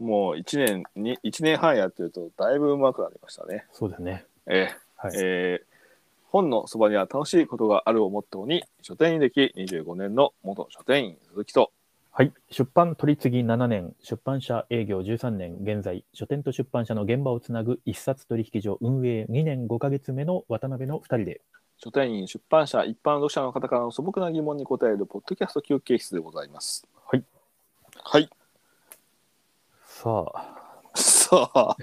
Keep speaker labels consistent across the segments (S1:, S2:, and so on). S1: 1年に、1年半やってると、だいぶ上手くなりましたね。
S2: そうだね。
S1: え
S2: は
S1: ー
S2: い。
S1: えー本のそばには楽しいことがあるをモットーに、書店員歴25年の元書店員鈴木と、
S2: はい。出版取り次ぎ7年、出版社営業13年、現在、書店と出版社の現場をつなぐ一冊取引所運営2年5ヶ月目の渡辺の2人で。
S1: 書店員、出版社、一般読者の方からの素朴な疑問に答える、ポッドキャスト休憩室でございます。
S2: はい。
S1: はい。
S2: さあ、
S1: さあ。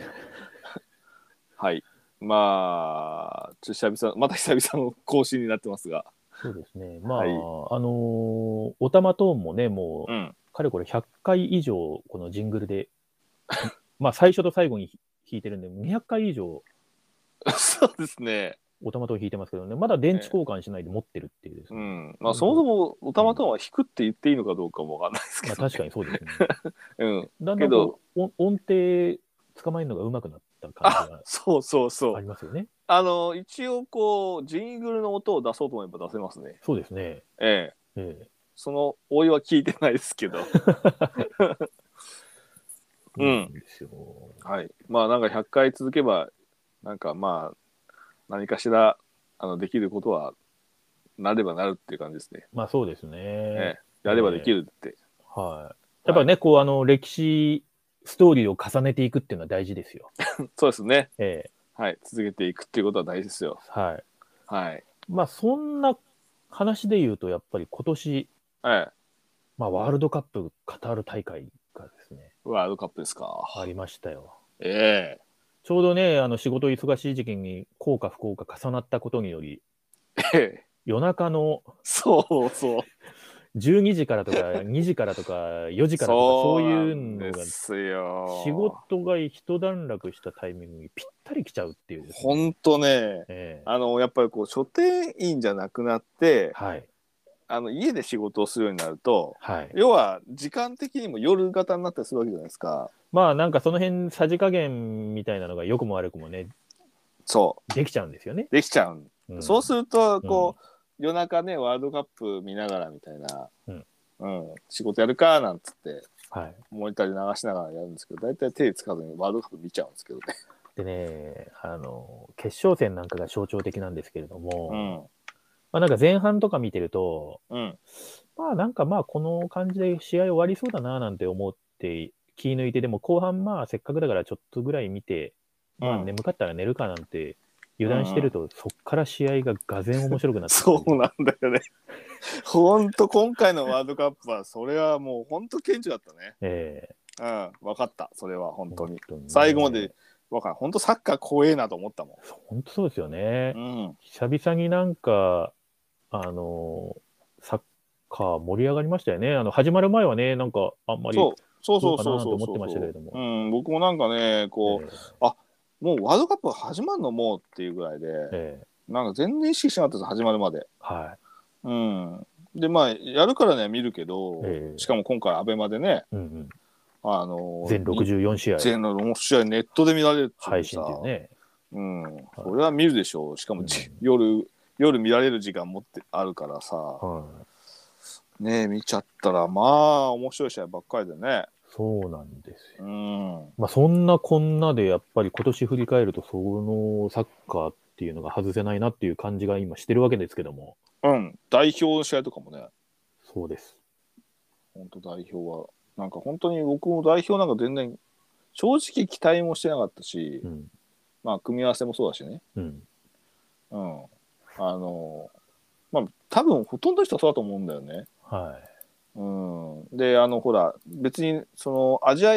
S1: はい。まあ、ちょっと久々、また久々の更新になってますが。
S2: そうですね。まあ、
S1: はい
S2: あのーおたまトーンもね、もう、
S1: うん。
S2: かれこれ100回以上、このジングルで、 まあ、最初と最後に弾いてるんで、200回以上、
S1: そうですね。
S2: おたまトーン弾いてますけどね、まだ電池交換しないで持ってるっていうです
S1: う
S2: ね、
S1: ん。まあ、そもそも、おたまとは弾くって言っていいのかどうかもわかんないですけ
S2: まあ、
S1: ど。
S2: 確かにそうですね。
S1: うん。
S2: だんだんこう音音程捕まえるのが上手くなった感じが
S1: そうそうそ
S2: あ
S1: う。
S2: りますよね。
S1: あの、一応こう、ジングルの音を出そうと思えば出せますね。
S2: そうですね。
S1: ええ。
S2: ええ
S1: その応用は聞いてないです けど。うん
S2: そうですよ
S1: はい。まあなんか100回続けば、なんかまあ、何かしら、あの、できることは、なればなるっていう感じですね。
S2: まあそうですね。
S1: えやればできるって。
S2: はい。やっぱね、こう、あの、歴史、ストーリーを重ねていくっていうのは大事ですよ。
S1: そうですね。
S2: ええ
S1: はい。続けていくっていうことは大事ですよ。
S2: はい。
S1: はい。
S2: まあそんな話で言うと、やっぱり今年、
S1: はい。
S2: まあワールドカップカタール大会がですね、
S1: ワールドカップですか。
S2: ありましたよ。
S1: ええ
S2: ちょうどね、あの仕事忙しい時期に、効果不効果重なったことにより、
S1: ええ
S2: 夜中の
S1: そうそう。
S2: 12時からとか 2時からとか4時からとかそういうの
S1: なん
S2: が
S1: ですよ。
S2: 仕。事が一段落したタイミングにぴったり来ちゃうっていうですね、
S1: ほんとね。
S2: ええ
S1: あの、やっぱりこう、書店員じゃなくなって、
S2: はい
S1: あの、家で仕事をするようになると、
S2: はい
S1: 要は時間的にも夜型になったりするわけじゃないですか。
S2: まあなんかその辺さじ加減みたいなのが良くも悪くもね
S1: そ
S2: できちゃうんですよね、
S1: う、できちゃうん。
S2: ん
S1: そうすると、こう、夜中ね、ワールドカップ見ながらみたいな、
S2: うん
S1: うん、仕事やるかなんつって、
S2: はい
S1: モニターで流しながらやるんですけど、大体手つかずにワールドカップ見ちゃうんですけどね。
S2: でねあの決勝戦なんかが象徴的なんですけれども、
S1: う
S2: まあ、なんか前半とか見てると
S1: ん。うん。
S2: まあなんかまあこの感じで試合終わりそうだななんて思って気抜いてでも後半まあせっかくだからちょっとぐらい見てまあ
S1: うん
S2: 眠かったら寝るかなんて油断してると、そっから試合ががぜん面白くなってくる
S1: そうなんだよね。 ほんと、今回のワールドカップは、それはもうほんと顕著だったね。
S2: ええ
S1: うん、分かった、それは本当に。
S2: 本ね
S1: 最後まで分からん。本当サッカー怖えなと思ったも
S2: 本当そうですよね、
S1: ん。うん。
S2: 久々になんかあのーサッカー盛り上がりましたよねあの始まる前はねなんかあんまり
S1: そうそうそうそうそう
S2: どうかなと思ってましたけれども
S1: うん、僕もなんかねこう、
S2: え
S1: もうワールドカップ始まるのもうっていうぐらいで、
S2: えええ
S1: なんか全然意識しなかったです始まるまで。
S2: はい
S1: うん、でまあやるからね見るけど、
S2: ええ
S1: しかも今回アベマでね、
S2: うんうん、
S1: あの
S2: 全64試合
S1: 全の6試合ネットで見られるってい
S2: 配
S1: うさ
S2: 信っていうね
S1: うん、それは見るでしょうしかもじ、 夜夜見られる時間持ってあるからさ
S2: はい
S1: ねえ見ちゃったらまあ面白い試合ばっかりでね
S2: そうなんですよ。
S1: うん
S2: まあ、そんなこんなで、やっぱり今年振り返ると、そのサッカーっていうのが外せないなっていう感じが今してるわけですけども、
S1: うん代表の試合とかもね
S2: そうです。
S1: 本当代表はなんか本当に僕も代表なんか全然正直期待もしてなかったし、
S2: うん。
S1: まあ組み合わせもそうだしね
S2: うん。
S1: うんあのまあ多分ほとんどの人はそうだと思うんだよね
S2: は
S1: うんであのほら別にそのアジア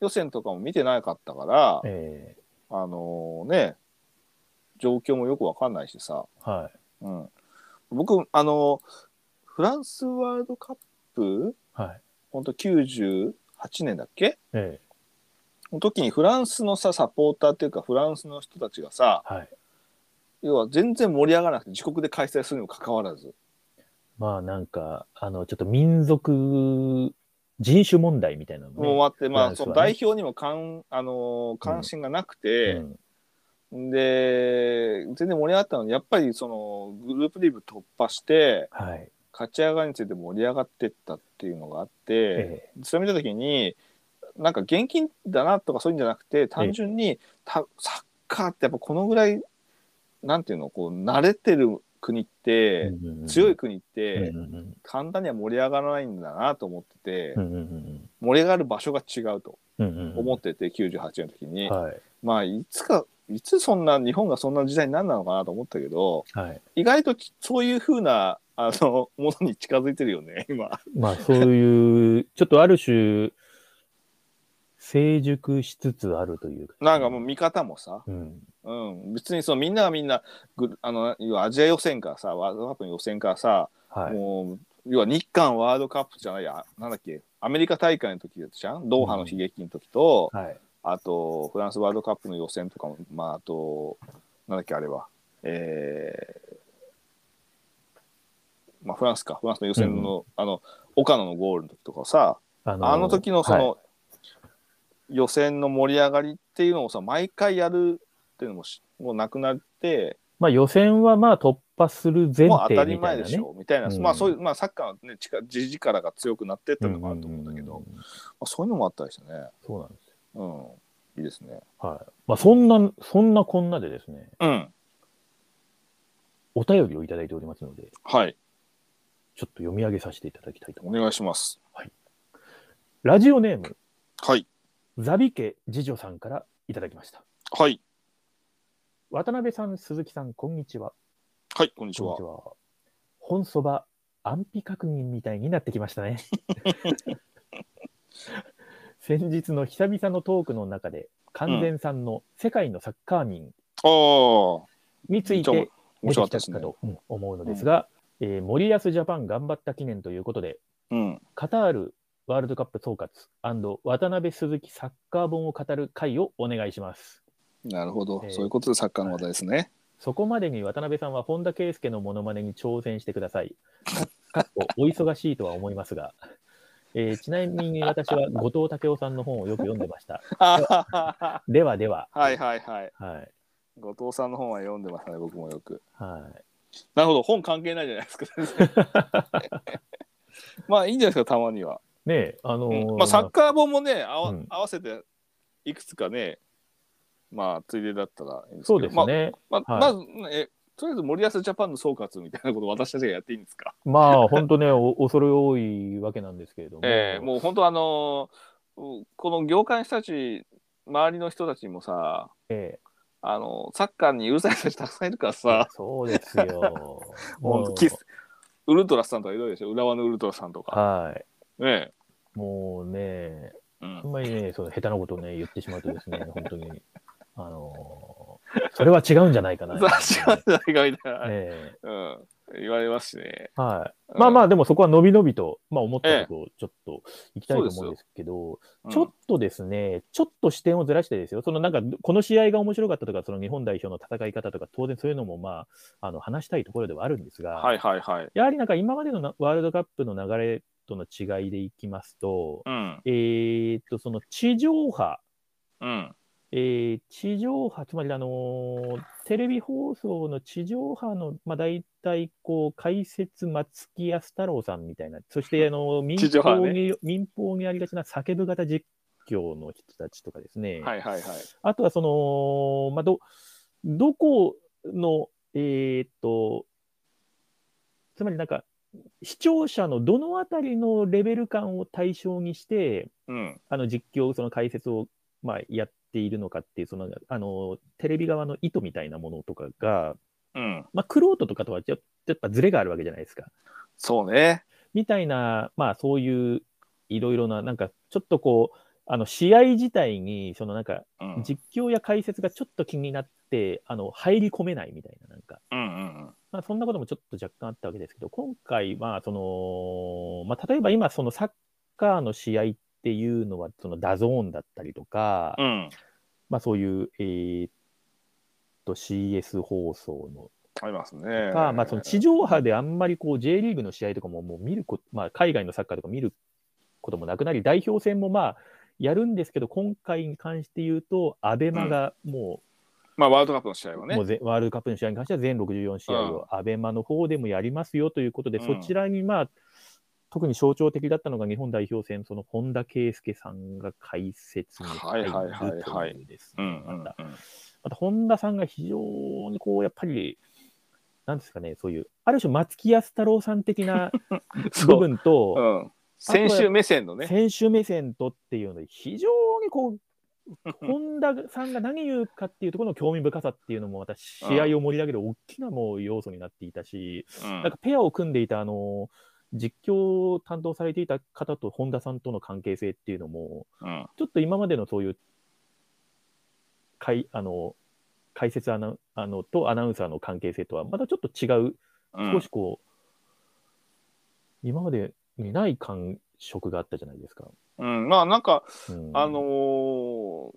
S1: 予選とかも見てなかったから
S2: い。え
S1: あのね状況もよくわかんないしさ、
S2: ー、は
S1: うん、僕あのフランスワールドカップ
S2: い。はい。
S1: 本当98年だっけ
S2: え
S1: その時にフランスのさサポーターっていうかフランスの人たちがさ
S2: ー、はい。
S1: 要は全然盛り上がらなくて自国で開催するにもかかわらず
S2: まあなんか、あの、ちょっと民族、人種問題みたいなのね
S1: もう待って、まあそ
S2: フラ
S1: の
S2: ンスはね
S1: 代表にもかん、あのー関心がなくて
S2: う、ん
S1: で全然盛り上がったのにやっぱりそのグループリーグ突破して
S2: はい。
S1: 勝ち上がりについて盛り上がってったっていうのがあって、
S2: え
S1: それ見た時になんか現金だなとかそういうんじゃなくて単純にたサッカーってやっぱこのぐらいなんていうのこう慣れてる国って、強い国って簡単には盛り上がらないんだなと思ってて、盛り上がる場所が違うと思
S2: 思
S1: ってて98年の時に、
S2: はい
S1: まあいつかいつそんな日本がそんな時代になんなのかなと思ったけど
S2: はい、
S1: 意外ときそういう風なあのものに近づいてるよね今。
S2: まあそういうちょっとある種成熟しつつあるというか
S1: なんかもう見方もさ、
S2: うん
S1: うん、別にそうみんながみんなぐあの要はアジア予選からさワールドカップの予選からさ、
S2: はい
S1: もう要は日韓ワールドカップじゃないやなんだっけアメリカ大会の時じゃんドーハの悲劇の時と、
S2: はい
S1: あとフランスワールドカップの予選とかもまああとなんだっけあれはえーまあ、フランスかフランスの予選の,、あの岡野のゴールの時とかさ
S2: あ
S1: あの時のそ
S2: は
S1: の予選の盛り上がりっていうのをさ毎回やるっていうのもしもうなくなって
S2: いまあ予選はまあ突破する前提みた
S1: も
S2: いな、ね
S1: う、当たり前でしょみたいな、
S2: うん
S1: まあそういう、まあ、サッカーの、ね、力地力が強くなってったのもあると思うんだけど、
S2: うんうんうんうん
S1: まあ、そういうのもあったりしてね、
S2: そうなんですよ
S1: うん、いいですね。
S2: はいまあそんなそんなこんなでですね
S1: うん、
S2: お便りをいただいておりますので
S1: はい、
S2: ちょっと読み上げさせていただきたいと思い
S1: お願いします。
S2: ますラジオネーム
S1: はい、
S2: ザビ家次女さんからいただきました
S1: はい、
S2: 渡辺さん鈴木さんこんにちは
S1: はい、こんにち
S2: こんに
S1: は
S2: ち。は。本そば安否確認みたいになってきましたね。 先日の久々のトークの中で完全さんの世界のサッカー民
S1: ああ、面
S2: につい
S1: うん
S2: て出
S1: 白
S2: て
S1: かっ
S2: き
S1: た
S2: た
S1: ですね
S2: か。とうん思うのですが、えー森保ジャパン頑張った記念ということで
S1: うん、
S2: カタールワールドカップ総括渡辺鈴木サッカー本を語る会をお願いします。
S1: なるほど、
S2: えー
S1: そういうことでサッカーの話題ですね。
S2: そこまでに渡辺さんは本田圭佑のモノマネに挑戦してくだ さい。かっこお忙しいとは思いますが、えーちなみに私は後藤武雄さんの本をよく読んでました。
S1: あは は
S2: ではでは。
S1: はいはいはい。
S2: はい。
S1: 後藤さんの本は読んでますね、僕もよく。
S2: はい。
S1: なるほど、本関係ないじゃないですか。全然 まあいいんじゃないですか、たまには。
S2: ねえ、あのー
S1: うんまあ、サッカー本もね、あわ
S2: うん
S1: 合わせていくつかね、まあ、ついでだったらいいんですけど
S2: そうです
S1: まあ
S2: ね。
S1: まあ
S2: は
S1: まずえ、とりあえず森保ジャパンの総括みたいなこと、私たちがやっていいんですか。
S2: まあ、本当ね、お恐れ多いわけなんですけれども。
S1: ええもう本当、あのーうこの業界の人たち、周りの人たちもさ、
S2: え
S1: あのサッカーにうるさい人たちたくさんいるから
S2: え
S1: さ、
S2: そうです よ。
S1: 本当キスウルトラさんとかいろいろでしょ、浦和のウルトラさんとか。
S2: はい。
S1: ね
S2: もうね、
S1: えうん
S2: あんまりね、その下手なことをね、言ってしまうとですね、 本当に、あのー それは違うんじゃないかな。
S1: 雑誌は
S2: ね
S1: ないかみたいな、
S2: え
S1: うん、言われますしね。
S2: はい。まあま
S1: あ、
S2: あ、でもそこはのびのびと、まあ思ったことをちょっと行きたいと思うんですけど、ちょっとですね、ちょっと視点をずらしてですよ、そのなんか、この試合が面白かったとか、その日本代表の戦い方とか、当然そういうのもまあ、あの話したいところではあるんですが、
S1: はいはいはい。
S2: やはりなんか今までのなワールドカップの流れとの違いでいきますと、
S1: うん。
S2: えーっと、その地上波、
S1: うん。
S2: えー地上波、つまり、あのーテレビ放送の地上波の、まあ、大体こう解説、松木安太郎さんみたいな、そして、あのー 民
S1: 地上波
S2: 放
S1: ね
S2: に、民放にありがちな叫ぶ型実況の人たちとかですね、
S1: はいはいはい。
S2: あとはその、まあ、どどこの、えーっと、つまりなんか、視聴者のどのあたりのレベル感を対象にして、
S1: うん。
S2: あの実況、その解説を、まあ、やっているのかっていう、そのあのテレビ側の意図みたいなものとかが、
S1: うん。
S2: まあ、クロートとかとはちょやっぱズレがあるわけじゃないですか。
S1: そうね。
S2: みたいな、まあ、そういういろいろな、なんかちょっとこう、あの試合自体に、そのなんか
S1: うん。
S2: 実況や解説がちょっと気になって、あの入り込めないみたいな、なんか、
S1: うんうんうん。
S2: まあ、そんなこともちょっと若干あったわけですけど、今回はその、まあ、例えば今、そのサッカーの試合っていうのは、そのダゾーンだったりとか、
S1: うん。
S2: まあ、そういう、えーっと CS 放送の
S1: ありますね。
S2: か、まあ、その地上波であんまりこう J リーグの試合とかももう見るこ、まあ、海外のサッカーとか見ることもなくなり、代表戦もまあやるんですけど、今回に関して言うと、アベマがも
S1: まあ、ワールドカップの試合
S2: う,、
S1: はね
S2: もう。ぜワールドカップの試合に関しては全64試合をアベマの方でもやりますよということで、
S1: うん
S2: そちらにまあ、特に象徴的だったのが日本代表戦、その本田圭佑さんが解説に入る
S1: はいはいはいはい
S2: とうんです
S1: う
S2: ね
S1: んう
S2: ま
S1: ん
S2: たまた本田さんが非常にこう、やっぱり、なんですかね、そういう、ある種松木安太郎さん的な
S1: うん。
S2: 部
S1: そう。
S2: 分と、
S1: うん。選手目線のね。
S2: 選手目線とっていうので、非常にこう、本田さんが何言うかっていうところの興味深さっていうのも、また試合を盛り上げる大きなもう要素になっていたし、
S1: うん
S2: なんかペアを組んでいた、あの、実況を担当されていた方と本田さんとの関係性っていうのも、
S1: うん。
S2: ちょっと今までのそういう、かいあの、解説アナあのとアナウンサーの関係性とは、またちょっと違う
S1: うん
S2: 少しこう、今までにない感触があったじゃないですか。
S1: うん。まあなんか、
S2: うん
S1: あのー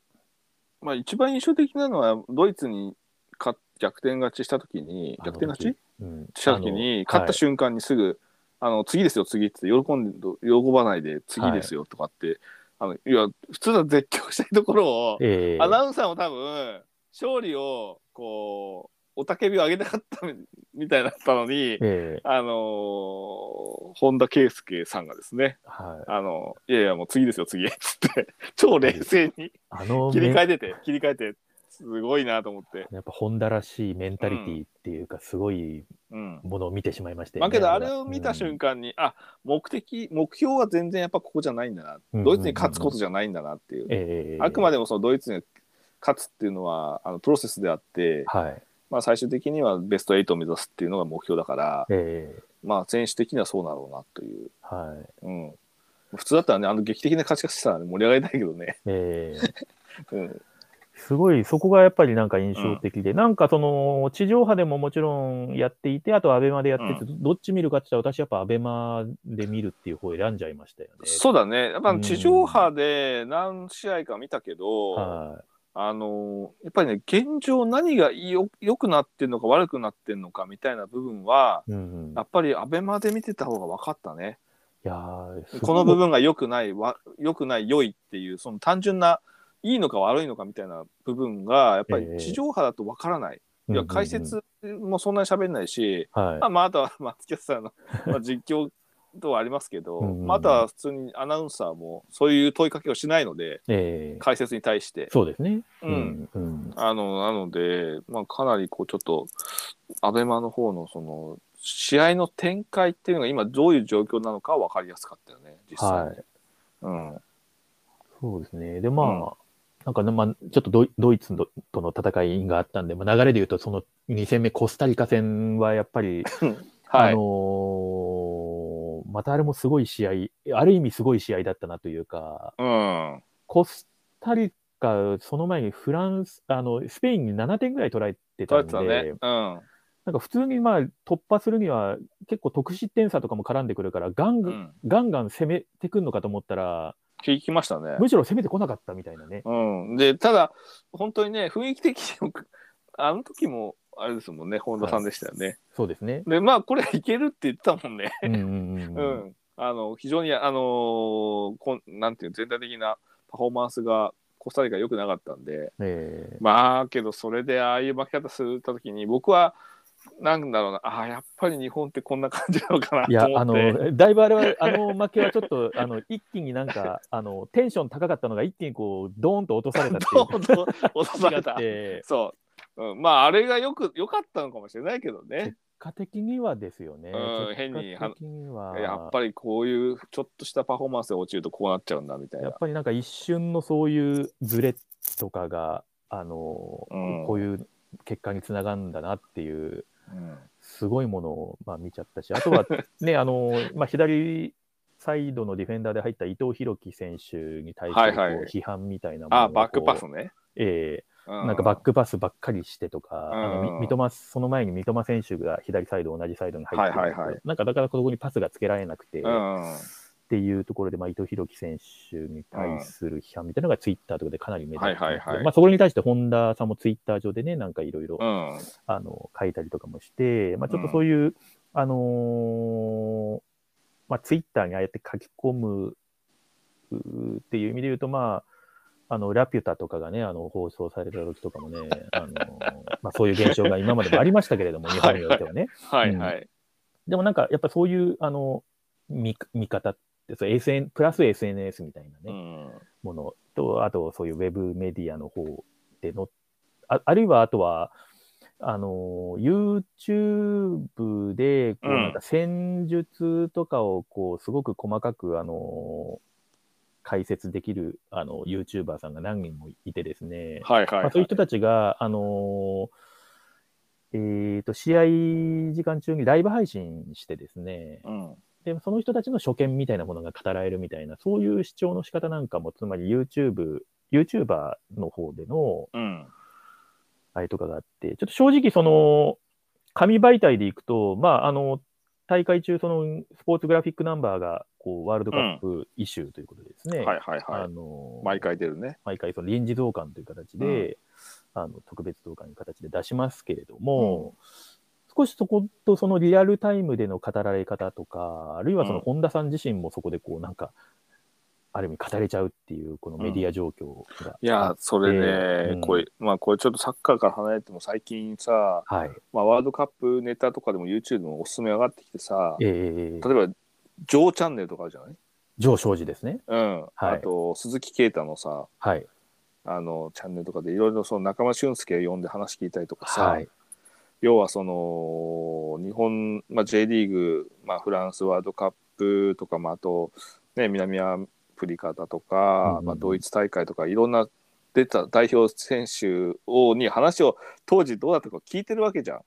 S1: まあ一番印象的なのはドイツに勝っ逆転勝ちした時に逆転勝ち
S2: うん
S1: した時に勝った
S2: はい
S1: 瞬間にすぐ「あの次ですよ次」って喜んで喜ばないで「次ですよ」とかって、い、あのいや普通は絶叫したいところを、
S2: ええ
S1: アナウンサーも多分勝利をこう雄たけびを上げたかったみみたいだったのに。
S2: ええ
S1: あのー本田圭佑さんがですね、
S2: はい。
S1: あのいやいや、もう次ですよ、次っつって、超冷静に
S2: あの
S1: 切り
S2: め
S1: 替えてて、切り替えて、すごいなと思って。
S2: やっぱ本田らしいメンタリティっていうか、すごい
S1: うん。
S2: ものを見てしまいました
S1: ま
S2: よ
S1: あ
S2: ね。
S1: けど、あれを見た瞬間に、あ、目的、目標は全然やっぱここじゃないんだな。
S2: うん
S1: ドイツに勝つことじゃないんだなっていう。
S2: ええ
S1: あくま
S2: で、
S1: でもそのドイツに勝つっていうのは、あのプロセスであって、
S2: はい。
S1: まあ最終的にはベスト8を目指すっていうのが目標だから、
S2: ええ
S1: まあ選手的にはそうだろうなという。
S2: はい。
S1: うん。普通だったらね、あの劇的な勝ち方したらね盛り上がりたいけどね。
S2: ええ
S1: うん。
S2: すごい、そこがやっぱりなんか印象的で、なんかその、地上波でももちろんやっていて、あとアベマでやってて、どっち見るかって言ったら、私やっぱアベマで見るっていう方選んじゃいましたよね。
S1: そうだね。やっぱ
S2: うん
S1: 地上波で何試合か見たけど、
S2: は。
S1: あのやっぱりね現状何がよ良くなってんのか悪くなってんのかみたいな部分はい
S2: うんうん、い
S1: やっぱりアベマで見てた方が分かった ね
S2: やーすごい
S1: この部分が良くないわ良くない良いっていうその単純ないいのか悪いのかみたいな部分がやっぱ
S2: ええ
S1: り地上波だと分からない、いや解、説もそんなに喋んないし、
S2: うんうんう
S1: ま
S2: んは
S1: あ、まああとは松木 さんの、まあ、実況とはありますけど、
S2: うんうん
S1: まあ、あとは普通にアナウンサーもそういう問いかけをしないので
S2: い。ええ
S1: 解説に対して。
S2: そうですね。
S1: うん
S2: うん
S1: あの、なので、まあ、かなりこう、ちょっと、アベマの方の、その、試合の展開っていうのが今どういう状況なのか分かりやすかったよね、実際。
S2: はい。
S1: うん。
S2: そうですね。で、まあ、
S1: うん
S2: なんかね、まあ、ちょっとドイドイツのとの戦いがあったんで、まあ、流れで言うと、その2戦目、コスタリカ戦はやっぱり、
S1: は
S2: あ
S1: い
S2: の。ーまたあれもすごい試合、ある意味すごい試合だったなというか、
S1: うん。
S2: コスタリカ、その前にフランス、あのスペインに7点ぐらい取られて
S1: そう
S2: た
S1: やっ
S2: ん
S1: てたね。う
S2: で、
S1: ん。
S2: なんか普通にまあ突破するには、結構得失点差とかも絡んでくるから、ガン
S1: う
S2: ガン、
S1: ん。
S2: ガンガン攻めてくるのかと思ったら、
S1: 聞きましたね。
S2: むしろ攻めてこなかったみたいなね。
S1: うん。で、ただ、本当にね、雰囲気的にも、あの時も、あれですもんね、本田さんでしたよね。
S2: そうです ね。
S1: で、まあ、これいけるって言ってたもんね。
S2: うんうんう
S1: う
S2: んうん
S1: ん、あの非常に、あのーこんなんていう全体的なパフォーマンスがコスタリカ良くなかったんで
S2: ええ
S1: まあけどそれでああいう負け方するた時に僕はなんだろうなあーやっぱり日本ってこんな感じなのかない
S2: や、
S1: と
S2: あ
S1: 思って。
S2: の、だいぶあれは、あの負けはちょっと、あの、一気になんか、あの、テンション高かったのが一気にこう、ドーンと落とされたってい
S1: ど
S2: う
S1: うどう落とされ
S2: があ
S1: た
S2: っ。て、
S1: そう、うん、まああれがよく良かったのかもしれないけどね
S2: 結果的にはですよね。
S1: うん
S2: 結果
S1: 変に
S2: 的には。
S1: やっぱりこういうちょっとしたパフォーマンスが落ちるとこうなっちゃうんだみたい
S2: や
S1: な
S2: っ。ぱりなんか一瞬のそういうズレとかが、あの、
S1: うん
S2: こういう結果につながるんだなっていう、
S1: うん
S2: すごいものを、まあ、見ちゃったし、あとは ね、あの、まあ、左サイドのディフェンダーで入った伊藤洋樹選手に対す
S1: は
S2: る
S1: いはい
S2: こう批判みたいなものを
S1: あーバックパス
S2: こう
S1: ね。
S2: ええ
S1: な
S2: なんかバックパスばっかりしてとか、あのみ
S1: うん
S2: 三笘その前に三笘選手が左サイド、同じサイドに入ってるんですけど
S1: はいはいは
S2: なんかだからここにパスがつけられなくて、
S1: うん
S2: っていうところで、まあ、伊藤洋樹選手に対する批判みたいなのがツイッターとかでかなり目立って、
S1: はいはいはい
S2: まあ、そこに対して本田さんもツイッター上でね、なんかいろいろ
S1: うん
S2: あの書いたりとかもして、まあ、ちょっとそういう、あのーまあ、ツイッターにああやって書き込むうーっていう意味で言うと、まあ、あのラピュタとかがね、あの放送された時とかもね、あのーまあ、そういう現象が今までもありましたけれども、日本においてはね。
S1: はいはい。
S2: でもなんか、やっぱそういう、あの、見見方ってそう SN、プラス SNS みたいなね、
S1: うん
S2: ものと、あとそういうウェブメディアの方での、ああるいはあとは、あの、YouTube で、こう、
S1: うん
S2: なんか戦術とかを、こう、すごく細かく、あの、解説できる、あの、YouTuber さんが何人もいてですね、
S1: はいはい、
S2: ま
S1: は
S2: あ、そういう
S1: い。
S2: 人たちが、あの、えーと、試合時間中にライブ配信してですね、
S1: うん
S2: で、その人たちの所見みたいなものが語られるみたいな、そういう視聴の仕方なんかも、つまり YouTube、YouTuber の方での、
S1: うん
S2: あれとかがあって、ちょっと正直、その、紙媒体でいくと、まあ、あの、大会中、その、スポーツグラフィックナンバーが、こう、ワールドカップイシューということでですね、
S1: はいはいは
S2: あ
S1: い。
S2: の、
S1: 毎回出るね。
S2: 毎回その臨時増刊という形で、あの特別増刊という形で出しますけれども、少しそことそのリアルタイムでの語られ方とか、あるいはその
S1: うん
S2: 本田さん自身もそこでこうなんか、ある意味語れちゃうっていう、このメディア状況が。
S1: いや、それね、
S2: うん
S1: これ、まあ、これちょっとサッカーから離れても最近さ、
S2: はい。
S1: まあ、ワールドカップネタとかでも YouTube のおすすめ上がってきてさ、
S2: え
S1: 例
S2: えー、
S1: えば、ジョーチャンネルとかあるじゃない
S2: 上昇時ですね。
S1: うん。
S2: はい
S1: あと、鈴木啓太のさ、
S2: はい。
S1: あの、チャンネルとかでいろいろその中間俊介を呼んで話聞いたりとかさ、
S2: はい。
S1: 要はその、日本、まあ、J リーグ、まあ、フランスワールドカップとか、まあ、あと、ね、南アフリカだとか、
S2: うん
S1: まあ、ドイツ大会とか、いろんな出た代表選手をに話を当時どうだったか聞いてるわけじゃん。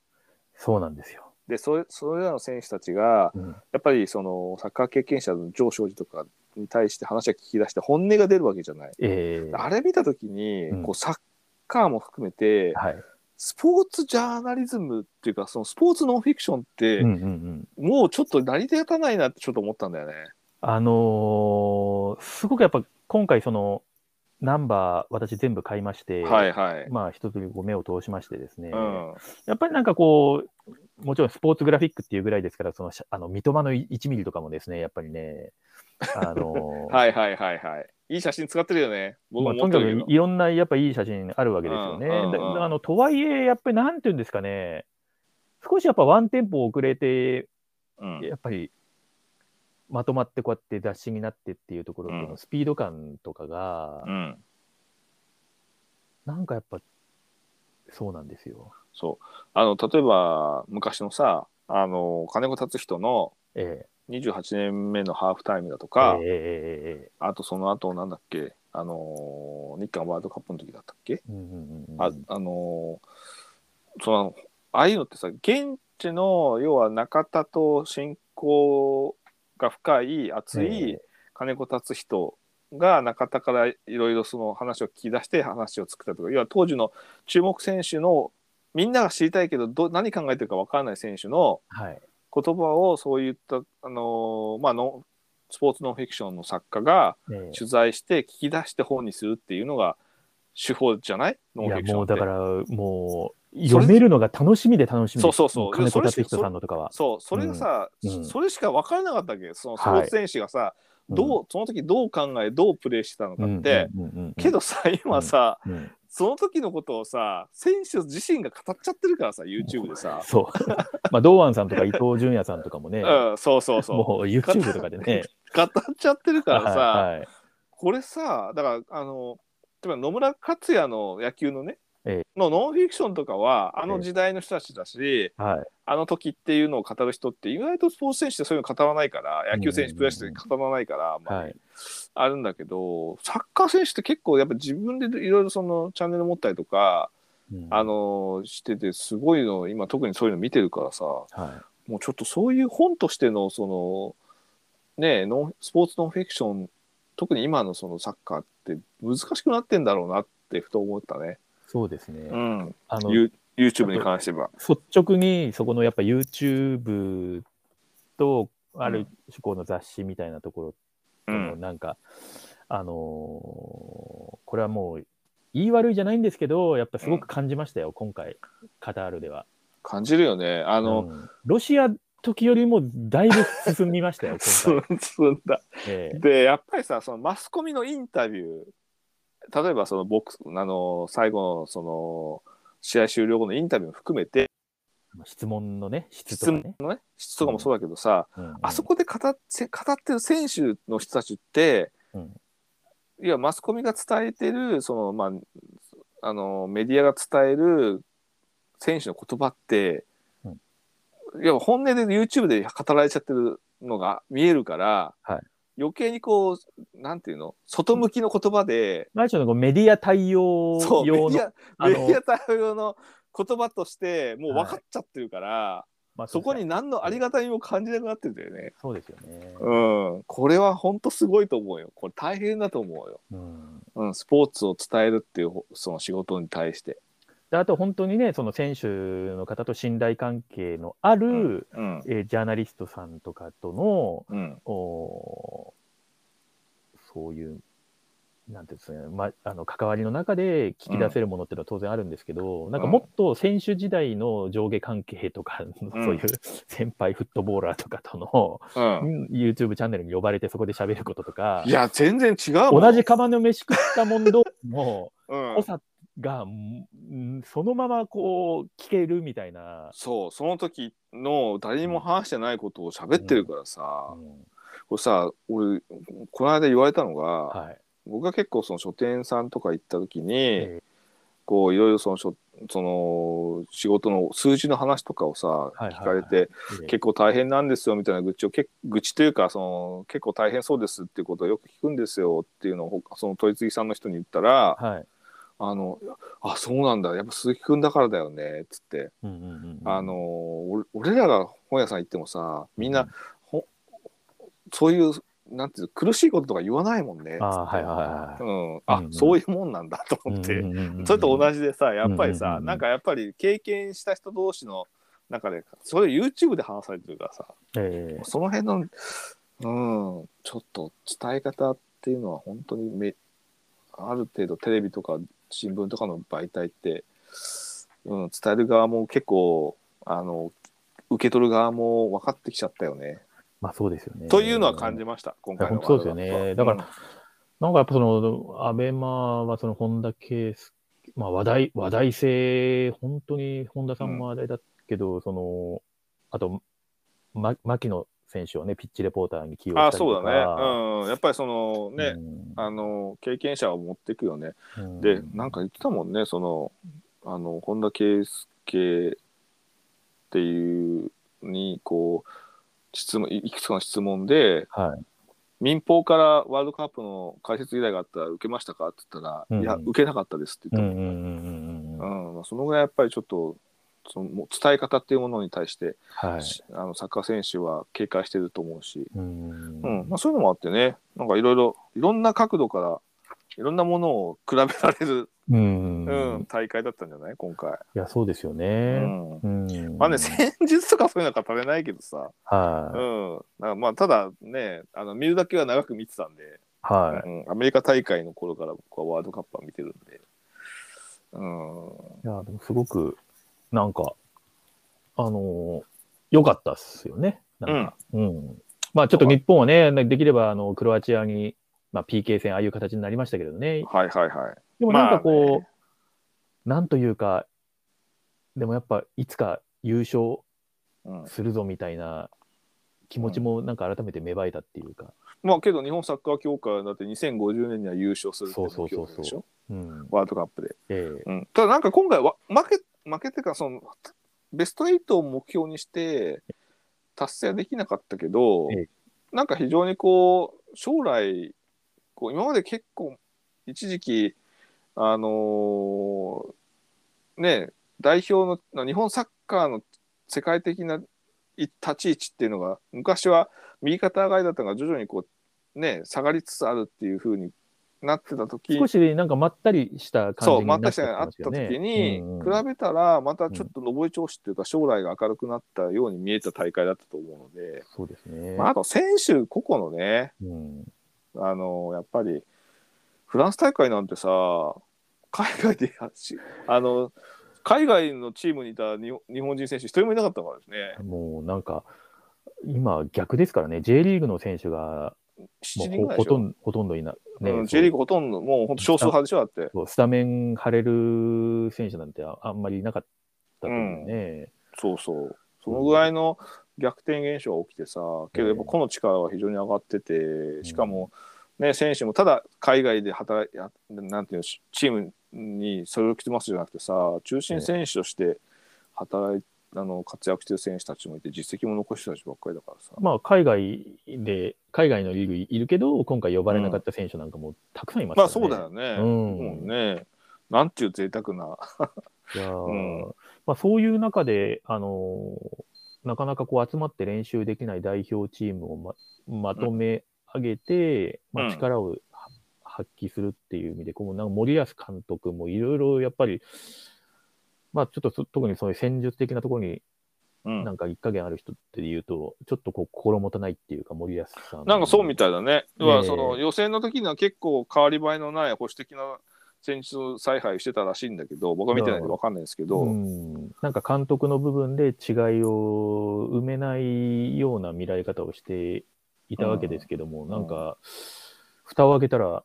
S2: そうなんですよ。
S1: でそれそれらの選手たちが
S2: うん
S1: やっぱりそのサッカー経験者の上昇時とかに対して話を聞き出して本音が出るわけじゃない。
S2: ええー、
S1: あれ見た時に、
S2: うん
S1: こうサッカーも含めて
S2: はい。
S1: スポーツジャーナリズムっていうかそのスポーツノンフィクションって、
S2: うんうんうん。
S1: もうちょっと成り立たないなってちょっと思ったんだよね。
S2: あのーすごくやっぱ今回その、ナンバー私全部買いまして、
S1: はいはい。
S2: まあ、一つにこう目を通しましてですね、
S1: うん、
S2: やっぱりなんかこう、もちろんスポーツグラフィックっていうぐらいですから、そのしあの三笘の1ミリとかもですね、やっぱりね、あの
S1: はいはいはいはい。いい写真使ってるよね。僕
S2: まあ
S1: も
S2: と
S1: 持っ
S2: に
S1: て
S2: か
S1: る
S2: く
S1: け
S2: いろんなやっぱいい写真あるわけですよね。
S1: うんうんうん
S2: だあのとはいえ、やっぱりなんていうんですかね、少しやっぱワンテンポ遅れて、
S1: ど。うん
S2: やっぱりまとまってこうやって雑誌になってっていうところと
S1: う
S2: の
S1: ん
S2: スピード感とかが、
S1: うん
S2: なんかやっぱそうなんですよ。
S1: そうあの例えば昔のさあの金子達人の
S2: え
S1: 28年目のハーフタイムだと
S2: え
S1: か、
S2: えええええ
S1: あとその後なんだっけ、あのー日韓ワールドカップの時だったっけ、
S2: えうんうんうんうん
S1: ああのーそのああいうのってさ現地の要は中田と親交が深い熱
S2: え
S1: い
S2: え
S1: 金子達人が中田からいろいろその話を聞き出して話を作ったとか要は当時の注目選手のみんなが知りたいけどど何考えてるか分からない選手の
S2: はい。
S1: 言葉をそういった、あのーまあ、のスポーツノンフィクションの作家が
S2: ね
S1: 取材して聞き出して本にするっていうのが手法じゃないノ
S2: い
S1: ンフ
S2: や
S1: ィクション
S2: も
S1: っ
S2: う
S1: て
S2: だからもう
S1: それ
S2: 読めるのが楽しみで楽しみで
S1: そうそうそう
S2: 金子
S1: それ
S2: 達人さんのとかは。
S1: そうそれがさ、
S2: うんうん
S1: それしか分からなかったわけそのスポ
S2: はい
S1: ーツ選手がさ、どうその時どう考えどうプレーしてたのか
S2: うん
S1: って、
S2: うんうんうんうん
S1: けどさ今さ、
S2: うんうん
S1: その時のことをさ選手自身が語っちゃってるからさ YouTube でさ、
S2: そう まあ堂安さんとか伊東純也さんとかもね、
S1: うん、そうそうそう
S2: もう YouTube とかでね。
S1: 語っちゃってるからさ、
S2: はいはい
S1: これさだからあの例えば野村克也の野球のね、
S2: え
S1: のノンフィクションとかはあ
S2: え
S1: の
S2: え
S1: 時代の人たちだし、
S2: はい
S1: あの時っていうのを語る人って意外とスポーツ選手ってそういうの語らないから野球選
S2: うんう
S1: 手
S2: んうん
S1: プロ野手って語らないから、まあ
S2: はい
S1: あるんだけどサッカー選手って結構やっぱ自分でいろいろそのチャンネル持ったりとか、
S2: うん
S1: あのしててすごいの今特にそういうの見てるからさも
S2: は
S1: うちょっとそういう本としてのそのねノンスポーツノンフィクション特に今のそのサッカーって難しくなってんだろうなってふと思ったね。
S2: い、そうですね、
S1: うん、
S2: あの率
S1: You- YouTube に関しては。
S2: 直にそこのやっぱ YouTube とあ
S1: う
S2: る
S1: ん
S2: 種この雑誌みたいなところ
S1: う
S2: その
S1: ん、
S2: なんか、あのーこれはもう言い悪いじゃないんですけどやっぱすごく感じましたよ、今回カタールでは
S1: 感じるよね。あ
S2: あ
S1: の、
S2: ロシア時よりもだいぶ進みま したよ
S1: 進
S2: 今
S1: ん進んだ
S2: 回、ええ
S1: でやっぱりさそのマスコミのインタビュー例えばそのボックスあの最後のその試合終了後のインタビューも含めて
S2: 質問のね、質
S1: 質
S2: とか
S1: 問
S2: ね。
S1: のね質とかもそうだけどさ、あそこで語っせ語ってる選手の人たちって、
S2: うん
S1: いやマスコミが伝えてるその、まあ、あのメディアが伝える選手の言葉って、
S2: うん
S1: いや本音で YouTube で語られちゃってるのが見えるから、
S2: はい
S1: 余計にこうなんていうの外向きの言葉で、
S2: マンションのこうメディア対応
S1: そうメデ
S2: 用の
S1: ィア
S2: あ
S1: メ
S2: の
S1: ディア対応の言葉としてもう分かっちゃってるから、
S2: まあ
S1: そこ
S2: う
S1: に
S2: ですね
S1: 何のありがたみも感じなくなってるんだよね。
S2: そうですよね。
S1: うん、これは本当すごいと思うよ。これ大変だと思うよ。
S2: うん
S1: うん、スポーツを伝えるっていうその仕事に対して。
S2: であと本当にね、その選手の方と信頼関係のある、
S1: うん、
S2: えージャーナリストさんとかとの、
S1: うん、
S2: おーそういう、なんていうんですかね、ま、あの関わりの中で聞き出せるものっていうのは当然あるんですけど、なんかもっと選手時代の上下関係とか、
S1: ん
S2: そういう先輩フットボーラーとかとの、
S1: うん。
S2: YouTube チャンネルに呼ばれてそこで喋ることとか
S1: い、や、全然違うもん。
S2: 同じ釜の飯食ったもんども、
S1: うん
S2: 濃さが、うんそのままこう聞けるみたいな。
S1: そう、その時の誰にも話してないことを喋ってるから
S2: う
S1: さ、
S2: ん
S1: これさ、俺、この間言われたのが、
S2: はい。
S1: 僕が結構その書店さんとか行った時に、
S2: え
S1: こういろいろその書その仕事の数字の話とかをさ、
S2: はい
S1: 聞かれて、
S2: え
S1: 結構大変なんですよみたいな愚痴をけ愚痴というかその結構大変そうですっていうことをよく聞くんですよっていうのをほその取り次ぎさんの人に言ったら
S2: はい。
S1: 「あのあそうなんだやっぱ鈴木くんだからだよね」っつって、
S2: うんうんうんうん
S1: あの、俺俺らが本屋さん行ってもさみんな、ほそういうなんていうの苦しいこととか言わないもんねっつって
S2: あーはいはいはいはい
S1: うん、あ、
S2: うんうん
S1: そういうもんなんだと思って。それと同じでさやっぱりさ、
S2: うんうんうん
S1: なんかやっぱり経験した人同士の中でそれ YouTube で話されてるからさ
S2: じ。ええ
S1: その辺の、うん、ちょっと伝え方っていうのは本当にめある程度テレビとか新聞とかの媒体って、うん、伝える側も結構あの受け取る側も分かってきちゃったよね。
S2: まあそうですよね。
S1: というのは感じました、今回の
S2: 本当そうですよね
S1: ワールドカップは
S2: なんかやっぱその、アベマはその本田圭佑、まあ話題、話題性、本当に本田さんも話題だけど、その、あと、ま、牧野選手をね、ピッチレポーターに起用
S1: うん、
S2: し
S1: あ
S2: たり
S1: そ
S2: と
S1: う
S2: か。
S1: だね、うん、やっぱりそのね、
S2: うん
S1: あの経験者を持っていくよね。
S2: うん
S1: で、なんか言ってたもんね、その、あの、本田圭佑っていうに、こう、質問、いいくつかの質問で、
S2: はい。
S1: 民放からワールドカップの解説依頼があったら受けましたかって言ったら、
S2: うん
S1: いや、受けなかったですって
S2: う
S1: 言っ
S2: ん
S1: た
S2: う
S1: もんね
S2: んうんうんうんうん。
S1: うんそのぐらいやっぱりちょっと、そのもう伝え方っていうものに対して、
S2: はい。
S1: しあのサッカー選手は警戒してると思うし、
S2: うん
S1: うんまあ、そういうのもあってね、なんかいろいろ、いろんな角度から、いろんなものを比べられる、
S2: うん
S1: うん、大会だったんじゃない今回。
S2: いや、そうですよ
S1: う
S2: ね。
S1: ん
S2: うん
S1: まあね、戦術とかそういうのは語れないけどさ、う
S2: は
S1: ん、
S2: い。
S1: なんかまあただね、あの見るだけは長く見てたんで、
S2: はい。
S1: うん、アメリカ大会の頃から僕はワールドカップは見てるんで、うん、
S2: いや、でもすごく、なんか、あのー良かったっすよね。なんか、うん。まあちょっと日本はね、できればあのクロアチアに、まあ、PK 戦、ああいう形になりましたけどね。
S1: はいはいは
S2: でもなんかこう、
S1: まあ
S2: なんというか、でもやっぱいつか優勝
S1: い。うん、
S2: するぞみたいな気持ちもなんか改めて芽生えたっていうか、
S1: まあけど日本サッカー協会はだって2050年には優勝するって
S2: そうそうそうそう
S1: 目標でしょ
S2: うん。
S1: ワールドカップで。
S2: ええ
S1: うん、ただなんか今回は負け、負けてかその、ベスト8を目標にして達成はできなかったけど
S2: ええ、
S1: なんか非常にこう、将来、こう今まで結構、一時期、あのーね、代表の、日本サッカーの世界的ない立ち位置っていうのが、昔は右肩上がりだったのが徐々にこう、ね、下がりつつあるっていう風になってた時
S2: 少しなんかまったりした感じ
S1: そう、
S2: に
S1: ま
S2: な
S1: った
S2: っ
S1: してがあ
S2: ま
S1: っ
S2: す
S1: た
S2: よね
S1: 時に、
S2: うんうん
S1: 比べたら、またちょっと上り調子っていうか、将来が明るくなったように見えた大会だったと思うので、
S2: そうですね。
S1: まあ、あと選手個々のね、
S2: うん
S1: あのやっぱり、フランス大会なんてさ、海外でやし、あの、海外のチームにいた日本日本人選手、一人もいなかったからですね、
S2: もうなんか、今、逆ですからね、J リーグの選手が
S1: 7
S2: もう
S1: 人ぐ
S2: ほ
S1: らい
S2: ほ
S1: でしょ
S2: と。んどほとんどいな、ね
S1: うん、
S2: そう
S1: J リーグほとんど、もう本当少数派でしょ、だって。
S2: そうスタメン張れる選手なんてああんまりいなかったと思うね、
S1: そうそうそのぐらいの逆転現象が起きてさけどやっぱ個の力は非常に上がっててしかも、ね、選手もただ海外で働いやなんていうのチームにそれを着てますじゃなくてさ中心選手として働いて。あの活躍してる選手たちもいて実績も残してる人たちばっかりだからさ、
S2: まあ、海外で、海外のリーグいるけど、今回呼ばれなかった選手なんかもたくさんいます
S1: まあそうだよね。
S2: うん、
S1: もうね、なんていう贅沢な。
S2: いや、うん、まあ、そういう中で、あのー、なかなかこう集まって練習できない代表チームをままとめ上げて、うん、まあ、力を発揮するっていう意味で、こうなんか森保監督もいろいろやっぱり、まあ、ちょっと特にそういう戦術的なところに、なんか一加減ある人っていうと、うん、ちょっとこう心もたないっていうか、森保さん、。
S1: ね。なんかそうみたいだね。えー、その予選の時には結構変わり映えのない保守的な戦術采配してたらしいんだけど、僕は見てないんで分かんないですけど、うん
S2: なんか監督の部分で違いを埋めないような見られ方をしていたわけですけども、うん、なんか、蓋を開けたら、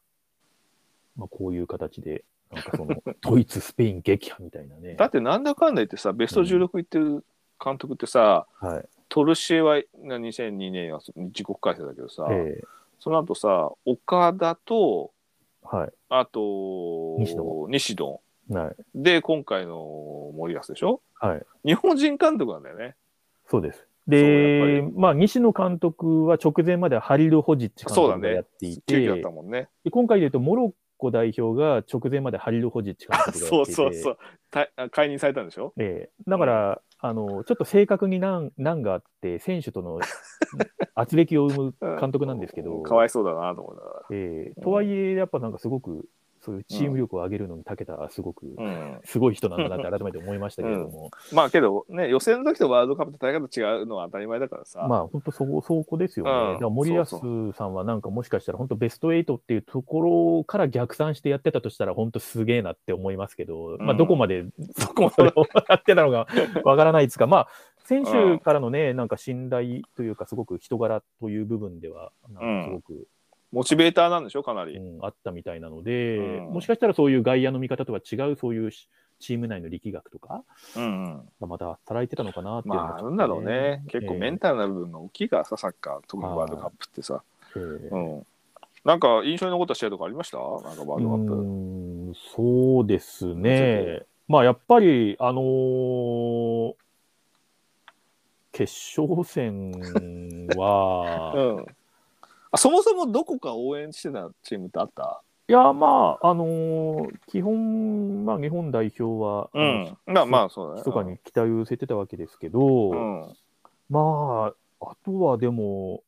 S2: まあ、こういう形でなん かそのドイツ、スペイン撃破みたいなね。
S1: だってなんだかんだ言ってさ、ベスト16いってる監督ってさ、うんはい、トルシエは2002年は自国開催だけどさ、えー、その後さ、岡田と、
S2: はい、
S1: あと西野、
S2: はい、
S1: で、今回の森保でしょ、
S2: はい、
S1: 日本人監督なんだよね。
S2: そうです。で、まあ、西野監督は直前までハリル・ホジッチ監督がやっていて、
S1: ねね、
S2: で今回でいうとモロッコ代表が直前までハリル・ホジッチ監督が
S1: そうそうそう解任されたんでしょ、
S2: えー、だから、あのちょっと正確に難難があって選手 との圧力を生む監督なんですけど
S1: かわいそうだなと思いながら、
S2: えー、とはいえやっぱなんかすごくそういうチーム力を上げるのにたけたすごく、うん、すごい人なんだなって改めて思いましたけれども、
S1: うん、まあけどね予選の時とワールドカップと大会と違うのは当たり前だからさ
S2: まあ本当そこそこですよね、うん、だから森保さんはなんかもしかしたら本当ベスト8っていうところから逆算してやってたとしたら本当すげえなって思いますけど、まあどこまで そこまでやってたのかわからないですがまあ選手からのね、なんか信頼というか、すごく人柄という部分では、なんかすごく
S1: モチベーターなんでしょかなり、
S2: うん、あったみたいなので、うん、もしかしたらそういう外野の見方とは違うそういうチーム内の力学とか、
S1: うん、
S2: うん、また働いてたのかなっていう
S1: の、ね、まあ、あるんだろうね、結構メンタルな部分が大きいからさ、サッカー特にワールドカップってさ、
S2: えー、
S1: うん、なんか印象に残った試合とかありましたなんかワールドカップ
S2: うんそうですねまあやっぱりあのー、決勝戦は、
S1: うんそもそもどこか応援してたチームってあった
S2: いや、まあ、あのー、基本、まあ、日本代表は、
S1: うん、まあ、まあ、そうだね。
S2: 密かに期待を寄せてたわけですけど、うん、まあ、あとはでも、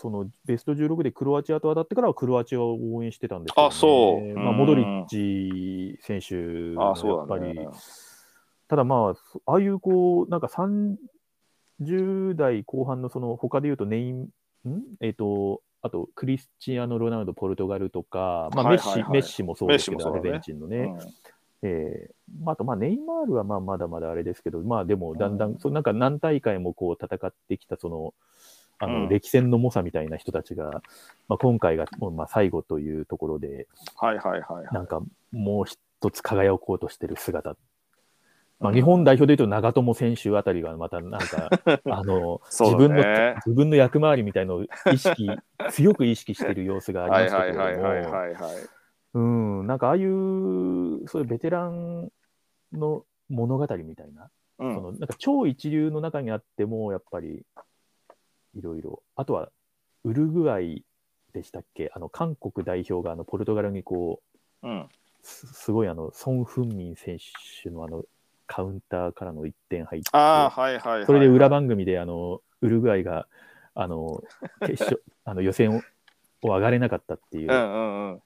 S2: そのベスト16でクロアチアと当たってからはクロアチアを応援してたんですけど、ね、
S1: あそう、うん、
S2: まあ、モドリッチ選手やっぱり、だね、ただまあ、ああいうこう、なんか3、10代後半のその他で言うとネイン、えっ、ー、と、あとクリスチアーノ・ロナウド、ポルトガルとか、まあ、メッシ、はいはいはい、メッシもそうですけど、ね、アルゼンチンのね。うん、えー、あと、まあ、ネイマールはまあまだまだあれですけど、まあでも、だんだん、うん、そなんか何大会もこう戦ってきた、その、あの、歴戦の猛者みたいな人たちが、うん、まあ、今回がもうまあ最後というところで、
S1: はいはいはい、はい、
S2: なんかもう一つ輝こうとしてる姿まあ、日本代表で言うと長友選手あたりがまたな んか、あの、自分の、自分の役回りみたいのを意 識、強く意識している様子がありましたけれども、うん、なんかああいう、そういうベテランの物語みたいな、
S1: うん、
S2: そのなんか超一流の中にあっても、やっぱり、いろいろ、あとは、ウルグアイでしたっけ、あの、韓国代表があのポルトガルにこ
S1: う、うん、
S2: すすごいあの、ソン・フンミン選手のあの、カウンターからの1点入って、
S1: はいはいはい、
S2: それで裏番組であのウルグアイがあの決 勝あの予選を上がれなかったっていう,、
S1: うんうんうん、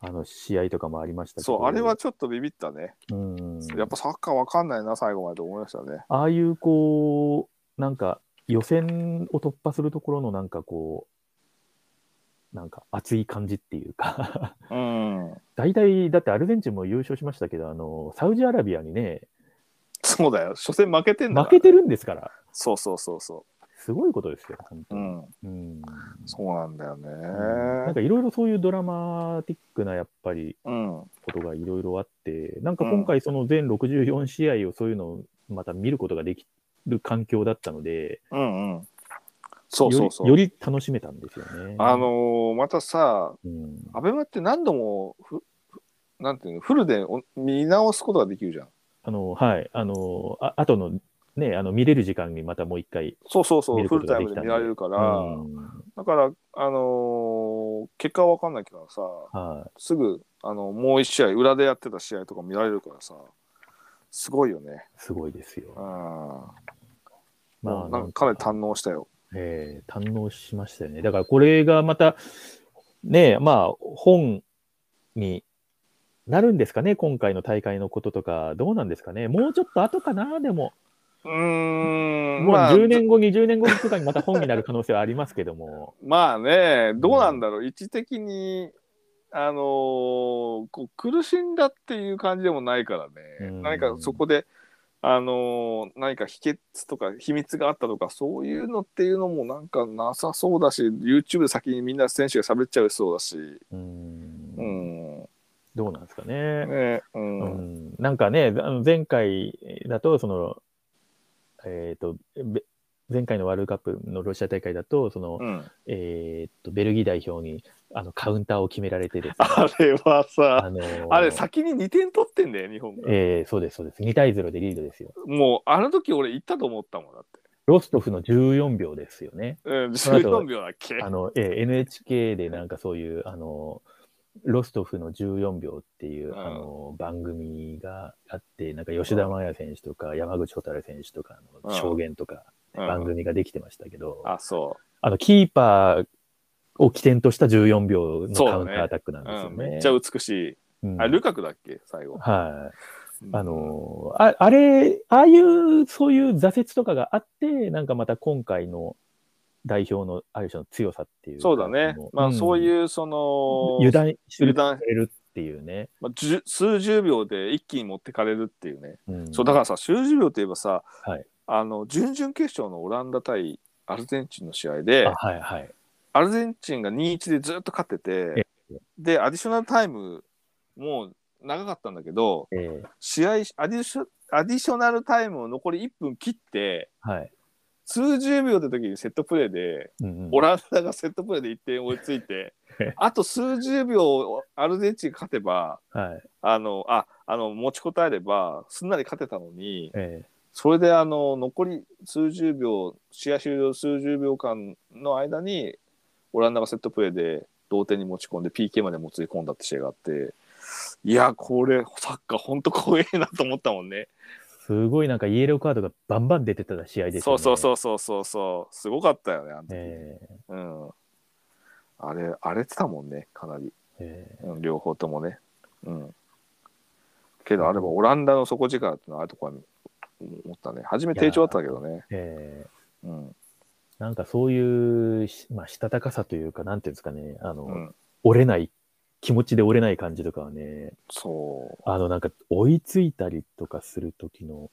S2: あの試合とかもありましたけ
S1: どそうあれはちょっとビビったね
S2: うん
S1: やっぱサッカーわかんないな最後までと思いましたね
S2: ああいうこうなんか予選を突破するところのなんかこうなんか熱い感じっていうか
S1: うん、
S2: 大体、だってアルゼンチンも優勝しましたけど、あのサウジアラビアにね、
S1: そうだよ、初戦負けてん
S2: だ、ね、負けてるんですから。
S1: そうそうそうそう。
S2: すごいことですよ、本当
S1: う
S2: に。
S1: ん、
S2: うん
S1: そうなんだよね。
S2: なんかいろいろそういうドラマティックなやっぱり
S1: うん、
S2: ことがいろいろあって、なんか今回その全64試合をそういうのをまた見ることができる環境だったので、
S1: うん、うん。そうそうそう。
S2: よりより楽しめたんですよね。
S1: あのーまたさ、
S2: うん、
S1: アベマって何度もふふなんていうのフルでお見直すことができるじゃん。
S2: あの、はい、あの、あ後のね、あの見れる時間にまたもう一回、
S1: そうそうそ
S2: 見
S1: う、
S2: る
S1: フ
S2: こ
S1: ル
S2: と
S1: タ
S2: が
S1: イ
S2: で
S1: ム
S2: き
S1: で
S2: たん
S1: 見
S2: で
S1: られるから、
S2: うん
S1: だから、あのー結果は分かんないけどさ、
S2: は
S1: すぐ、あのもう一試合、裏でやってた試合とか見られるからさ、すごいよね。
S2: い、すごいですよ
S1: う。ん。
S2: まあ、
S1: な
S2: なんん
S1: かかな
S2: か
S1: り、堪能したよ。
S2: えー堪能しましたよね。だからこれがまた、ね、まあ、本になるんですかね、今回の大会のこととか、どうなんですかね。もうちょっと後かな、でも。
S1: うーん。
S2: もう
S1: まあ
S2: 10年後、20年後とかにまた本になる可能性はありますけども。
S1: まあね、どうなんだろう、位置的に、あのーこう苦しんだっていう感じでもないからね、
S2: うん
S1: 何かそこで、あのー何か秘訣とか秘密があったとか、そういうのっていうのもなんかなさそうだし、YouTube で先にみんな選手が喋っちゃいそうだし、
S2: う、
S1: うんん、
S2: どうなんですかね。
S1: ね、うん、
S2: う
S1: うん、
S2: んなんかね、あの前回だと、その、えっ、と、べ前回のワールドカップのロシア大会だと、その、えっ、と、ベルギー代表にあのカウンターを決められてですね、
S1: あれはさ、
S2: のー
S1: あれ、先に2点取ってんだよ、日本が。
S2: えーそうです、そうです。2対0でリードですよ。
S1: もう、あの時俺、行ったと思ったもんだって。
S2: ロストフの14秒ですよね。
S1: うん、
S2: その後
S1: 14秒だっけ。
S2: あの、えー NHK でなんかそういう、あの、ロストフの14秒っていう、
S1: うん
S2: あの番組があって、なんか吉田麻也選手とか山口蛍選手とかの証言とか
S1: うん
S2: 番組ができてましたけど、
S1: あ、そう。
S2: あのキーパーを起点とした14秒の
S1: そう
S2: カ
S1: だ
S2: ウ
S1: ね
S2: ンターアタックなんですよ
S1: うん
S2: ね。
S1: めっちゃ美しい。
S2: うん
S1: あ、ルカクだっけ最後。
S2: はい。あ、のーあ、あれ、ああいう、そういう挫折とかがあって、なんかまた今回の代表のある種の強さっていうか。
S1: そうだね。まあ、そう
S2: う
S1: いう、そ
S2: ん、
S1: の、
S2: 油断す
S1: 油断、
S2: るっていうね。
S1: まあ、じゅ数十秒で一気に持ってかれるっていうね。
S2: うん
S1: そう、だからさ、数十秒といえばさ、
S2: はい
S1: あの、準々決勝のオランダ対アルゼンチンの試合で
S2: あ、はいはい。
S1: アルゼンチンが2-1でずっと勝ってて、で、アディショナルタイム、もう長かったんだけど、
S2: えー
S1: 試合、アディショアディショナルタイムを残り1分切って、
S2: はい。
S1: 数十秒の時にセットプレーで、
S2: うんうん
S1: オランダがセットプレーで1点追いついてあと数十秒アルゼンチン勝てば
S2: はい。
S1: あのああの持ちこたえればすんなり勝てたのに
S2: え
S1: それであの残り数十秒試合終了数十秒間の間にオランダがセットプレーで同点に持ち込んで PK までもつれ込んだって試合があっていやこれサッカーほんと怖えなと思ったもんね
S2: ーすごいなんかイエローカードがバンバン出てた試合です
S1: そ
S2: よ
S1: う
S2: ね。
S1: そう
S2: う。
S1: そうそうそうそうすごかったよねあの時、
S2: えー
S1: うんあれ荒れてたもんねかなり。
S2: え
S1: うん両方ともね。うん。けど、あればオランダの底力ってのはあるとこは思ったね。初め低調だったけどね
S2: ー。えー
S1: うん。
S2: なんかそういうし、まあ、したたかさというか、なんていうんですかね、あの、
S1: うん。
S2: 折れない、気持ちで折れない感じとかはね、
S1: そ
S2: あの、なんか追いついたりとかする時の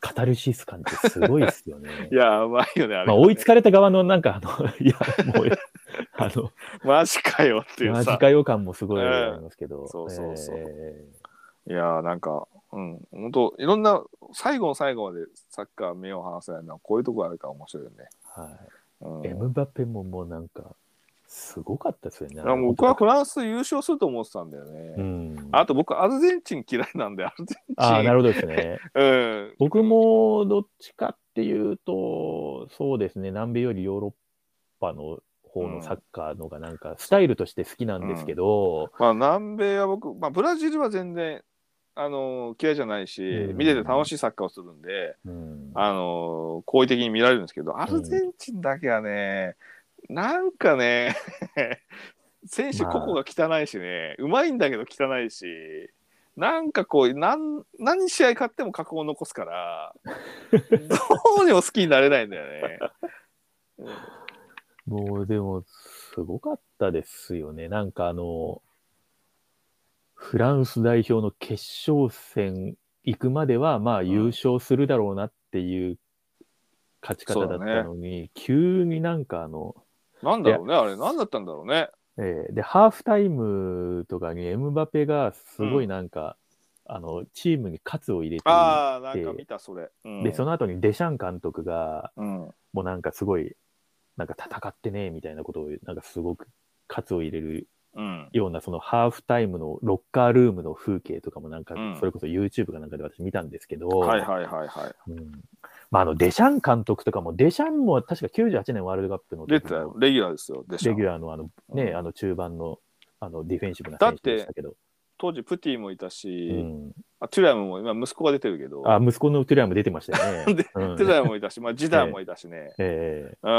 S2: カタルシス感ってすごいですよね。
S1: う。いや、うまいよね、あれ、
S2: まあ、追いつかれた側のなんか、あの、 いや、もう、あの、
S1: マジかよっていう
S2: マジ
S1: さ。
S2: かよ感もすごいありますけど。
S1: んそうそうそう
S2: え
S1: いや、なんか、うん。本当いろんな、最後の最後までサッカー目を離せないのは、こういうとこあるから面白いよね。
S2: ーはい。
S1: うん。
S2: エムバペももうなんか、すごかったですよね。
S1: いやもう僕はフランス優勝すると思ってたんだよね。
S2: うん。
S1: あと僕、アルゼンチン嫌いなんで、アルゼンチン。
S2: あーなるほどで すね。
S1: うん。
S2: 僕もどっちかっていうと、そうですね、南米よりヨーロッパの方のサッカーのがなんか、スタイルとして好きなんですけど、
S1: まあ、南米は僕、まあ、ブラジルは全然、あのー嫌いじゃないし、
S2: うん
S1: 見てて楽しいサッカーをするんで、
S2: うん
S1: あのー好意的に見られるんですけどアルゼンチンだけはね、なんかね 選手個々が汚いしね、うまいんだけど汚いしなんかこうなん何試合勝っても過去を残すから どうにも好きになれないんだよね。
S2: もうでも、すごかったですよね、なんかあの、フランス代表の決勝戦行くまでは、まあ優勝するだろうなっていう勝ち方だったのに、急になんかあの、
S1: なんだろうね、あれ、なんだったんだろうね。
S2: えーで、ハーフタイムとかにエムバペがすごいなんか、あの、チームに喝を入れて、
S1: ああ、なんか見た、それ。うん
S2: で、その後にデシャン監督が、
S1: うん、
S2: もうなんかすごい、なんか戦ってねえみたいなことを、なんかすごく喝を入れる
S1: うん。
S2: ような、そのハーフタイムのロッカールームの風景とかもなんか
S1: うん、
S2: それこそ YouTube かなんかで私見たんですけど、
S1: はいはいはいは
S2: うんまあ、あの、デシャン監督とかも、デシャンも確か98年ワールドカップの
S1: い。出てたよ、レギュラーですよ、でし
S2: レギュ
S1: ょ。
S2: ラーのあの、ね、あの中盤のあのディフェンシブな
S1: だっ
S2: 選
S1: て
S2: 手でしたけど、
S1: 当時、プティもいたし、
S2: うん、
S1: あトゥラムも、今、息子が出てるけど、
S2: あ息子のトゥラム出てました よね。
S1: で
S2: うん
S1: トゥラムもいたし、 まあ、ジダンもいたしね。
S2: え
S1: うん。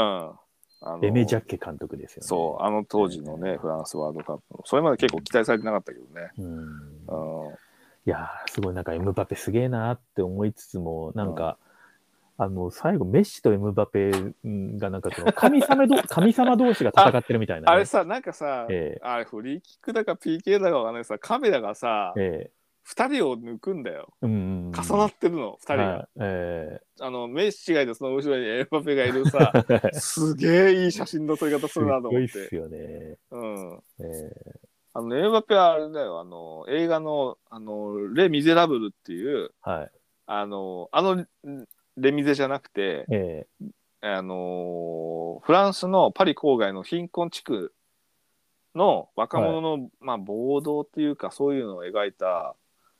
S1: あの
S2: ーエメ・ジャッケ監督ですよね。
S1: そう、あの当時のね、フランスワールドカップの、それまで結構期待されてなかったけどね。
S2: うん
S1: うん。
S2: いやー、すごいなんかエムバペすげえなーって思いつつも、なんか、あの最後、メッシとエムバペうんがなんかその神様 ど神様同士が戦ってるみたいな
S1: あ
S2: ね、
S1: れさ、なんかさ、
S2: え
S1: あれフリーキックだか PK だかわかんないけどさ、カメラがさ
S2: ー、え
S1: 2人を抜くんだよ。
S2: ーうん、
S1: 重なってるの、2人
S2: は
S1: が。
S2: いえ
S1: あの、メッシがいて、その後ろにエムバペがいる さ、
S2: ー
S1: すげえいい写真の撮り方す
S2: す
S1: るなと
S2: ご
S1: 思
S2: い
S1: っ
S2: っす
S1: て。
S2: よね。
S1: うん。
S2: えー
S1: あの、エムバペはあれだよ、あの、映画の、あの、レ・ミゼラブルっていう、
S2: はい
S1: あの、あの、レ・ミゼじゃなくて、
S2: え
S1: あのーフランスのパリ郊外の貧困地区の若者の、まあ、暴動っていうかそういうのを描いた
S2: ー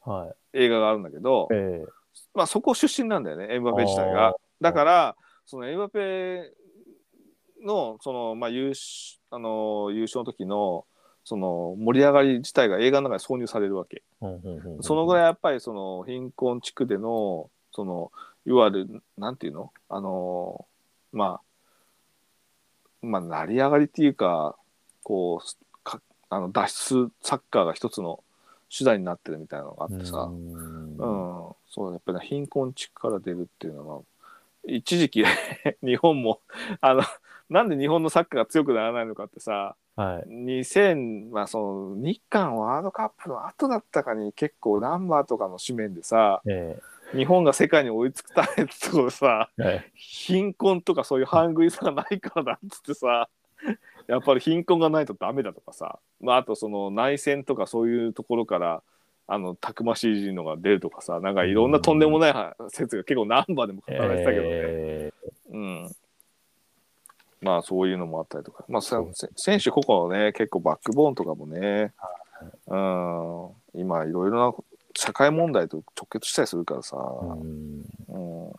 S2: はい
S1: 映画があるんだけど、
S2: えー
S1: まあ、そこ出身なんだよねエムバペ自体が。だからそのエムバペのその、まあ優勝あのー優勝の時のその盛り上がり自体が映画の中に挿入されるわけ。そのぐら
S2: い、
S1: いやっぱりその貧困地区でのそのいわゆるなんていうのあのまあまあ成り上がりっていうかこうかあの脱出サッカーが一つの手段になってるみたいなのがあってさ、
S2: うん
S1: うんそうやっぱり、ね、貧困地区から出るっていうのは一時期日本もあのなんで日本のサッカーが強くならないのかってさ
S2: はい。
S1: 2000、まあ、その日韓ワールドカップの後だったかに結構ナンバーとかの紙面でさ
S2: え
S1: 日本が世界に追いつくためってところでさ
S2: えはい
S1: 貧困とかそういうハングリさがないからだっつってさやっぱり貧困がないとダメだとかさ、まあ、あとその内戦とかそういうところからあのたくましいのが出るとかさなんかいろんなとんでもない説が結構ナンバーでも語られてたけどね。
S2: え
S1: うん、まあそういうのもあったりとか、まあ、させ選手個々のね結構バックボーンとかもね、うん、今いろいろな社会問題と直結したりするからさ、
S2: ーうん
S1: うん
S2: だ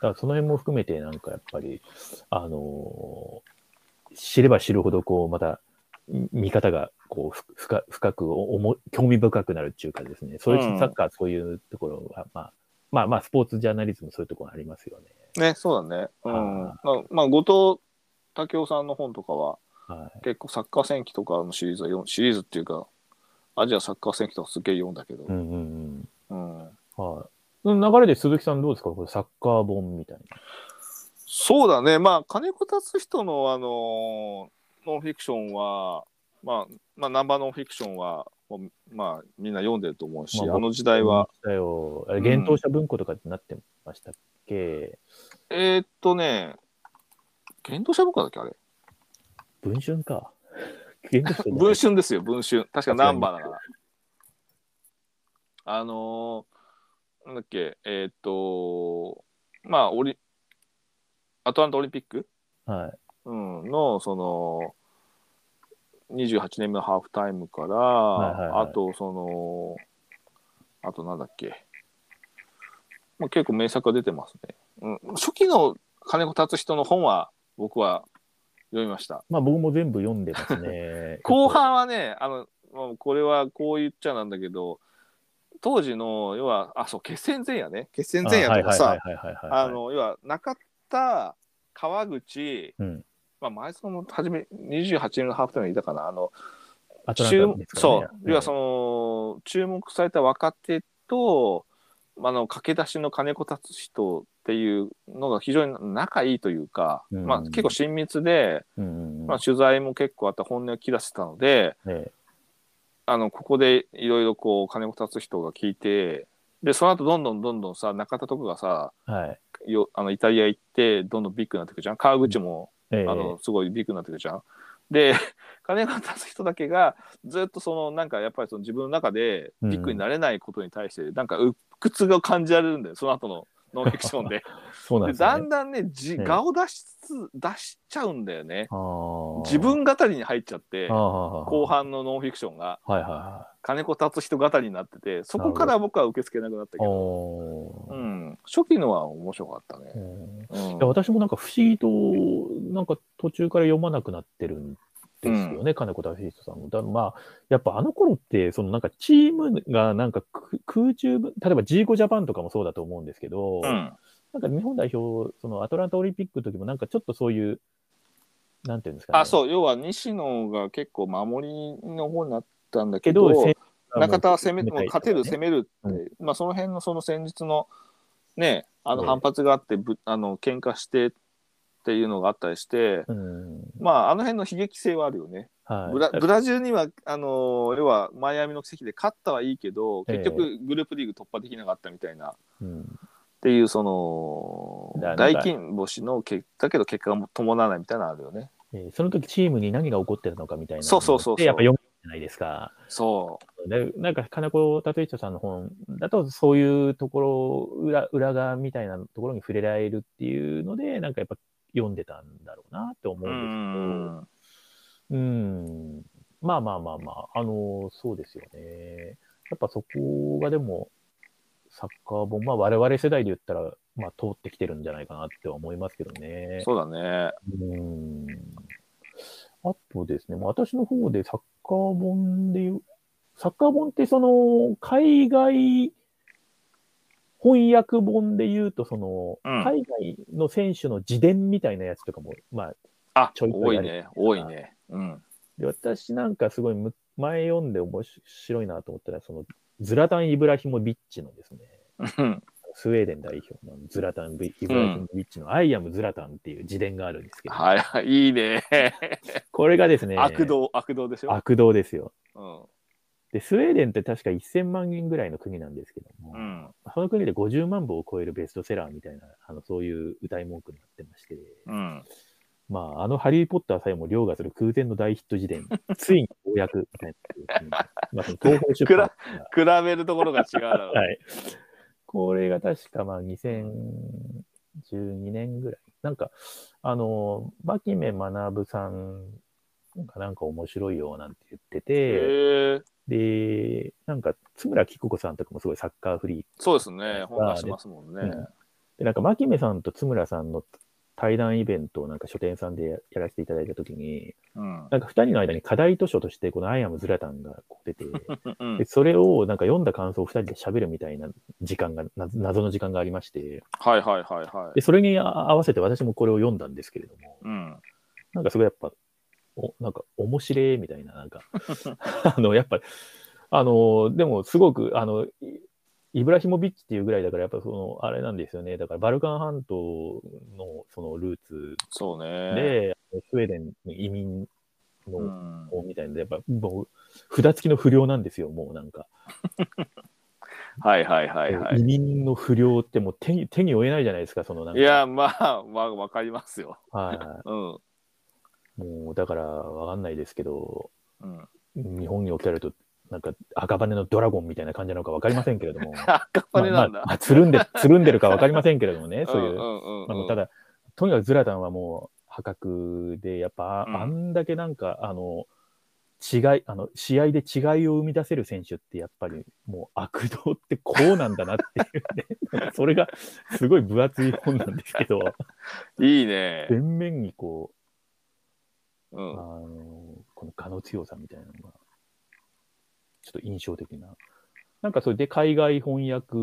S2: からその辺も含めて、なんかやっぱり、あのー知れば知るほど、こう、また、み見方が、こうふ深、深くお、おも興味深くなるっていうかですね、そういううんサッカー、そういうところは、まあ、まあまあ、スポーツジャーナリズム、そういうところありますよね。
S1: ねそうだね、うん
S2: は
S1: まあ、まあ後藤武雄さんの本とかは
S2: はい。
S1: 結構サッカー戦記とかのシリーズは読むシリーズっていうかアジアサッカー戦記とかすげえ読んだけど
S2: う、んうん
S1: うん
S2: うん。はい。その流れで鈴木さんどうですかこれサッカー本みたいな。
S1: そうだね、まあ、金子達人の、あのーノンフィクションは、まあ、まあ、ナンバーノンフィクションは、もうまあ、みんな読んでると思うし、
S2: ま
S1: あ
S2: あ、
S1: の時代は。。
S2: だよ。あれ、幻冬者文庫とかってなってましたっけ、
S1: えーっとね、幻冬者僕だっけ、あれ。
S2: 文春 か。幻冬者じゃない
S1: 文春ですよ、文春。確かナンバーだから。あのーなんだっけ、えーっと、まあ、オリ、アトランタオリンピック
S2: はい。
S1: うん、のその28年目のハーフタイムから、
S2: いはいはい
S1: あとそのあとなんだっけ、まあ、結構名作が出てますね、うん、初期の金子達人の本は僕は読みました。
S2: まあ僕も全部読んでます ね
S1: 後半はねあのまあこれはこう言っちゃなんだけど当時の要はあそう決戦前夜ね決戦前夜とか
S2: は
S1: さ
S2: いはいはいはいはいはい、
S1: あの要は中田川口、
S2: うん
S1: まあ、前園も初め28年のハーフタイムにいたかなあの
S2: アトラン
S1: 注
S2: タ
S1: 目
S2: ですからね、
S1: そう要はその注目された若手とまああの駆け出しの金子達人っていうのが非常に仲いいというか、
S2: うん
S1: まあ、結構親密で、
S2: うんうんうん
S1: まあ、取材も結構あった本音を切らせたので
S2: ええ
S1: あのここでいろいろこう金子達人が聞いてでその後どんどんどんどんさ中田とかがさ
S2: はい。
S1: よあのイタリア行ってどんどんビッグになってくるじゃん川口も、
S2: ええ
S1: あのすごいビッグになってくるじゃん。で 金が出す人だけがずっとそのなんかやっぱりその自分の中でビッグになれないことに対してなんか鬱屈が感じられるんだよその後のノンフィクションで。
S2: そうなん
S1: で
S2: です
S1: だ
S2: ね
S1: ん。だんねじ
S2: ええ
S1: 顔出しつつ出しちゃうんだよね。
S2: あー
S1: 自分語りに入っちゃって
S2: あー
S1: 後半のノンフィクションが
S2: はいはいは
S1: 金子達人語りになっててそこから僕は受け付けなくなったけ
S2: い。
S1: ど、
S2: おー
S1: うん、初期のは面白かったね。
S2: うん
S1: うん
S2: いや私もなんか不思議と、なんか途中から読まなくなってるんですよね、金子達人さんも。だまあ、やっぱあの頃って、そのなんかチームがなんかく空中、例えば G5 ジャパンとかもそうだと思うんですけ
S1: う
S2: ど、
S1: ん
S2: なんか日本代表、そのアトランタオリンピックの時もなんかちょっとそういう、なんていうんですかね。
S1: あ
S2: う
S1: そう要は西野が結構守りの方になったんだけ
S2: け
S1: ど
S2: ど、せ
S1: 中田は攻めもう勝てる
S2: ね
S1: 攻めるって、まあ、その辺のその戦術のねあの反発があってぶ、あの喧嘩してっていうのがあったりして、
S2: うん。
S1: まああの辺の悲劇性はあるよね。
S2: はい。
S1: ブラブラジルにはあの要はマイアミの奇跡で勝ったはいいけど結局グループリーグ突破できなかったみたいな。
S2: うん
S1: っていうその
S2: だなん
S1: 大
S2: か
S1: 金星のけだけど結果が伴わないみたいなのあるよね。
S2: えーその時チームに何が起こってたのかみたいなので。
S1: そうそうそうそう
S2: やっぱ読むじゃないですか。
S1: そ
S2: でなんか金子達人さんの本だとそういうところ裏裏側みたいなところに触れられるっていうのでなんかやっぱ読んでたんだろうなって思
S1: う。う
S2: うん
S1: ん。
S2: ですけどうんまあまあまあまああのそうですよねやっぱそこがでもサッカー本まあ我々世代で言ったら、まあ、通ってきてるんじゃないかなっては思いますけどね。
S1: そうだね。
S2: うんあとですね、まあ私の方でサッカー本で言う、サッカー本ってその海外翻訳本で言うと、その
S1: うん
S2: 海外の選手の自伝みたいなやつとかも、まあ、
S1: あ、
S2: ちょいち
S1: 多
S2: ょい
S1: い
S2: ある
S1: ね。多いね。うん。
S2: で私なんかすごいむ前読んで面白いなと思ったら、そのズラタン・イブラヒモビッチのですね、
S1: うん
S2: スウェーデン代表のズラタン・イブラヒモビッチのアイアム・ズラタンっていう自伝があるんですけど、
S1: はいはい。いいね。
S2: これがですね、
S1: 悪。道、悪道でしょ。
S2: 悪道ですよ。
S1: う
S2: で、スウェーデンって確か1000万人ぐらいの国なんですけども、
S1: ん。
S2: その国で50万部を超えるベストセラーみたいな、あのそういう歌い文句になってまして、
S1: うん。
S2: まあ、あのハリー・ポッターさえも凌駕する空前の大ヒット時点、ついに公約みたい な。まあ、その東方出版
S1: 暗比べるところが違うだ ろう。
S2: はい。これが確かまあ2012年ぐらい。なんか、あの、牧目学さんがなんか面白いよなんて言ってて、
S1: へえ。
S2: で、なんか津村貴子さんとかもすごいサッカーフリー
S1: そうですね。本出してますもんね。
S2: うんで、なんか、牧目さんと津村さんの対談イベントをなんか書店さんでややらせていただいたときに、
S1: うん。
S2: なんか二人の間に課題図書として、このアイアムズラタンがこう 出て、
S1: うん
S2: でそれをなんか読んだ感想を二人で喋るみたいな時間が、な謎の時間がありまして、
S1: はいはいはいはい
S2: で、。それにあ合わせて私もこれを読んだんですけれども、
S1: うん。
S2: なんかすごいやっぱ、おなんか面白いみたい な、なんか、あの、やっぱ、あの、でもすごく、あの、イイブラヒモビッチっていうぐらいだから、やっぱその、あれなんですよね。だから、バルカン半島のそのルーツ
S1: そうね。
S2: で、スウェーデンの移民
S1: う
S2: の
S1: ん。
S2: 子みたいな、やっぱ、もう、札付きの不良なんですよ、もうなんか。
S1: はいはいはいは
S2: 移
S1: い。
S2: 民の不良ってもう手に手に負えないじゃないですか、そのなん
S1: い
S2: か。
S1: や、まあ、まあ、わかりますよ。
S2: は
S1: うん。
S2: い。もう、だから、わかんないですけど、
S1: うん。
S2: 日本に置き換えると、なんか赤羽のドラゴンみたいな感じなのか分かりませんけれども、
S1: 赤羽
S2: ま
S1: な
S2: あ
S1: んだ。
S2: まあつるんで、 つるんでるか分かりませんけれどもね、そういう。
S1: んうん
S2: まあ
S1: うん
S2: も
S1: うん
S2: うただ、とにかくズラタンはもう破格で、やっぱ、
S1: うん
S2: あんだけなんか、あの、違い、あの、試合で違いを生み出せる選手って、やっぱりもう悪道ってこうなんだなっていうね、 それがすごい分厚い本なんです けど、
S1: いいね。
S2: 全面にこう、
S1: う
S2: あ
S1: ん。
S2: のこの我の強さみたいなのが、ちょっと印象的な。なんかそれで海外翻訳、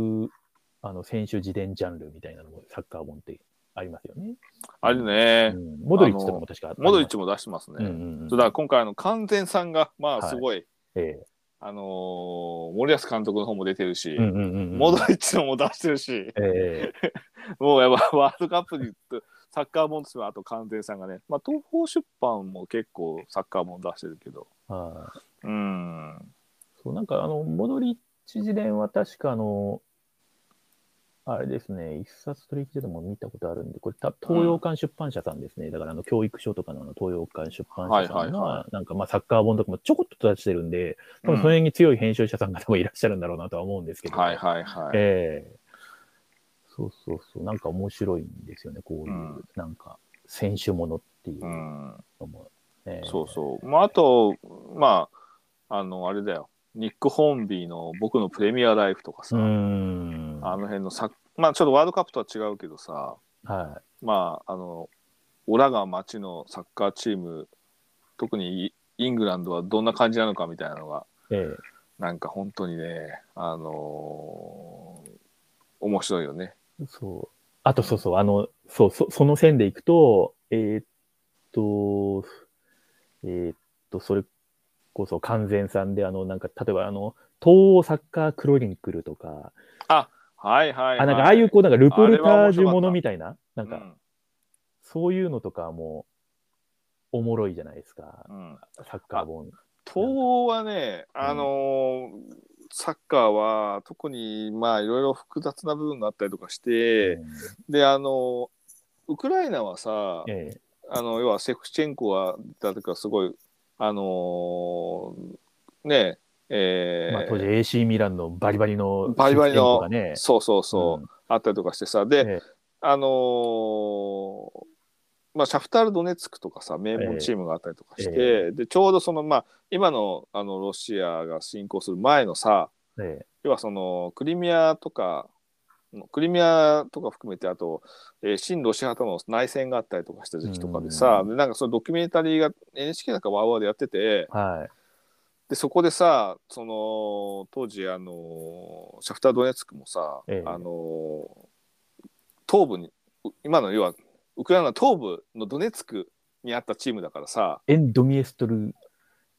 S2: あの、選手自伝ジャンルみたいなのもサッカー本ってありますよね。
S1: あるね
S2: う。ん、モドリッチとかも確かありました
S1: モドリッチも出してますね。
S2: うんうんうん
S1: そうだから今回あの完全さんがまあすごい、
S2: え
S1: あのー森保監督の方も出てるし、
S2: えうんうんうんうん
S1: モドリッチのも出してるし、
S2: ええ
S1: もうやばいワールドカップに行ってサッカー本としてもあと完全さんがね、まあ東方出版も結構サッカー本出してるけど、
S2: はい
S1: うん、
S2: そう、なんかあの、モドリッチ自伝は確かあの、あれですね、一冊取引所でも見たことあるんで、これ、た東洋館出版社さんですね、だからあの教育書とかのあの東洋館出版社さ
S1: はいはい
S2: ん
S1: は
S2: が、なんかまあサッカー本とかもちょこっと出してるんで、多分その辺に強い編集者さんが多分いらっしゃるんだろうなとは思うんですけど、
S1: はいはいはい。
S2: ええそうそうそう、なんか面白いんですよね、こういう、
S1: うん
S2: なんか、選手ものっていう
S1: う
S2: の
S1: ん、
S2: も。ええ
S1: そうそう。まあ、あと、まあ、あの、あれだよ。ニック・ホーンビーの僕のプレミアライフとかさ、
S2: うーん。
S1: あ
S2: は
S1: の辺のさ、まあちょっとワールドカップとは違うけどさ、
S2: い。
S1: まあ、あの、オラが町のサッカーチーム、特にイイングランドはどんな感じなのかみたいなのが、
S2: ええ
S1: なんか本当にね、あのー面白いよね。
S2: そう。あと、そうそう、あの、そう、そその線でいくと、えーっと、えーっと、それこそ完全さんで、あの、なんか、例えば、あの、東欧サッカークロニクルとか、
S1: はいはい、はい。
S2: あ、なんか、ああいう、こう、なんか、ルポルタージュも
S1: あれは面白かった
S2: のみたいな、なんか、そういうのとかも、おもろいじゃないですか
S1: う。ん、うん。
S2: サッカー本。
S1: 東欧はね、あのーサッカーは特にまあいろいろ複雑な部分があったりとかして、
S2: うん
S1: で、あのーウクライナはさ、
S2: ええ
S1: あの要はセフチェンコはだとかすごいあのーねええー
S2: まあ、当時 AC ミランのバリバリの
S1: バリバリの
S2: システムとかね、
S1: そうそうそう、
S2: ん
S1: あったりとかしてさで、
S2: ええ
S1: あのーまあ、シャフタール・ドネツクとかさ名門チームがあったりとかして、
S2: え
S1: でちょうどその、まあ、今のあのロシアが侵攻する前のさ
S2: え
S1: 要はそのクリミアとかクリミアとか含めてあと、えー、新ロシア派との内戦があったりとかした時期とかでさ、でなんかそのドキュメンタリーが NHK なんかワーワーでやってて
S2: えはい。
S1: でそこでさその当時あのシャフタードネツクもさ、
S2: ええ
S1: あの東部にう今の要はウクライナの東部のドネツクにあったチームだからさ、、
S2: エンドミエストル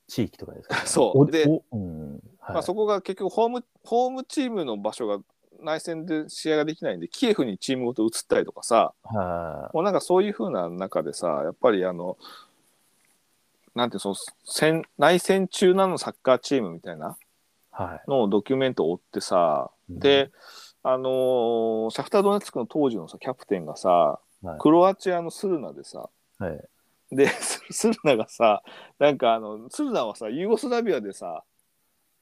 S2: 地域とかですか、ね
S1: そう
S2: お
S1: で
S2: おうんはい
S1: まあ、そこが結局ホームホームチームの場所が内戦で試合ができないんでキエフにチームごと移ったりとかさ、
S2: は。
S1: もうなんかそういうふうな中でさやっぱりあのなんていうのその戦内戦中なのサッカーチームみたいない
S2: はい。
S1: のをドキュメントを追ってさ、であのーシャフタードネツクの当時のさキャプテンがさ、
S2: はい
S1: クロアチアのスルナでさ
S2: はい、
S1: で ススルナがさなんかあのスルナはさユーゴスラビアでさ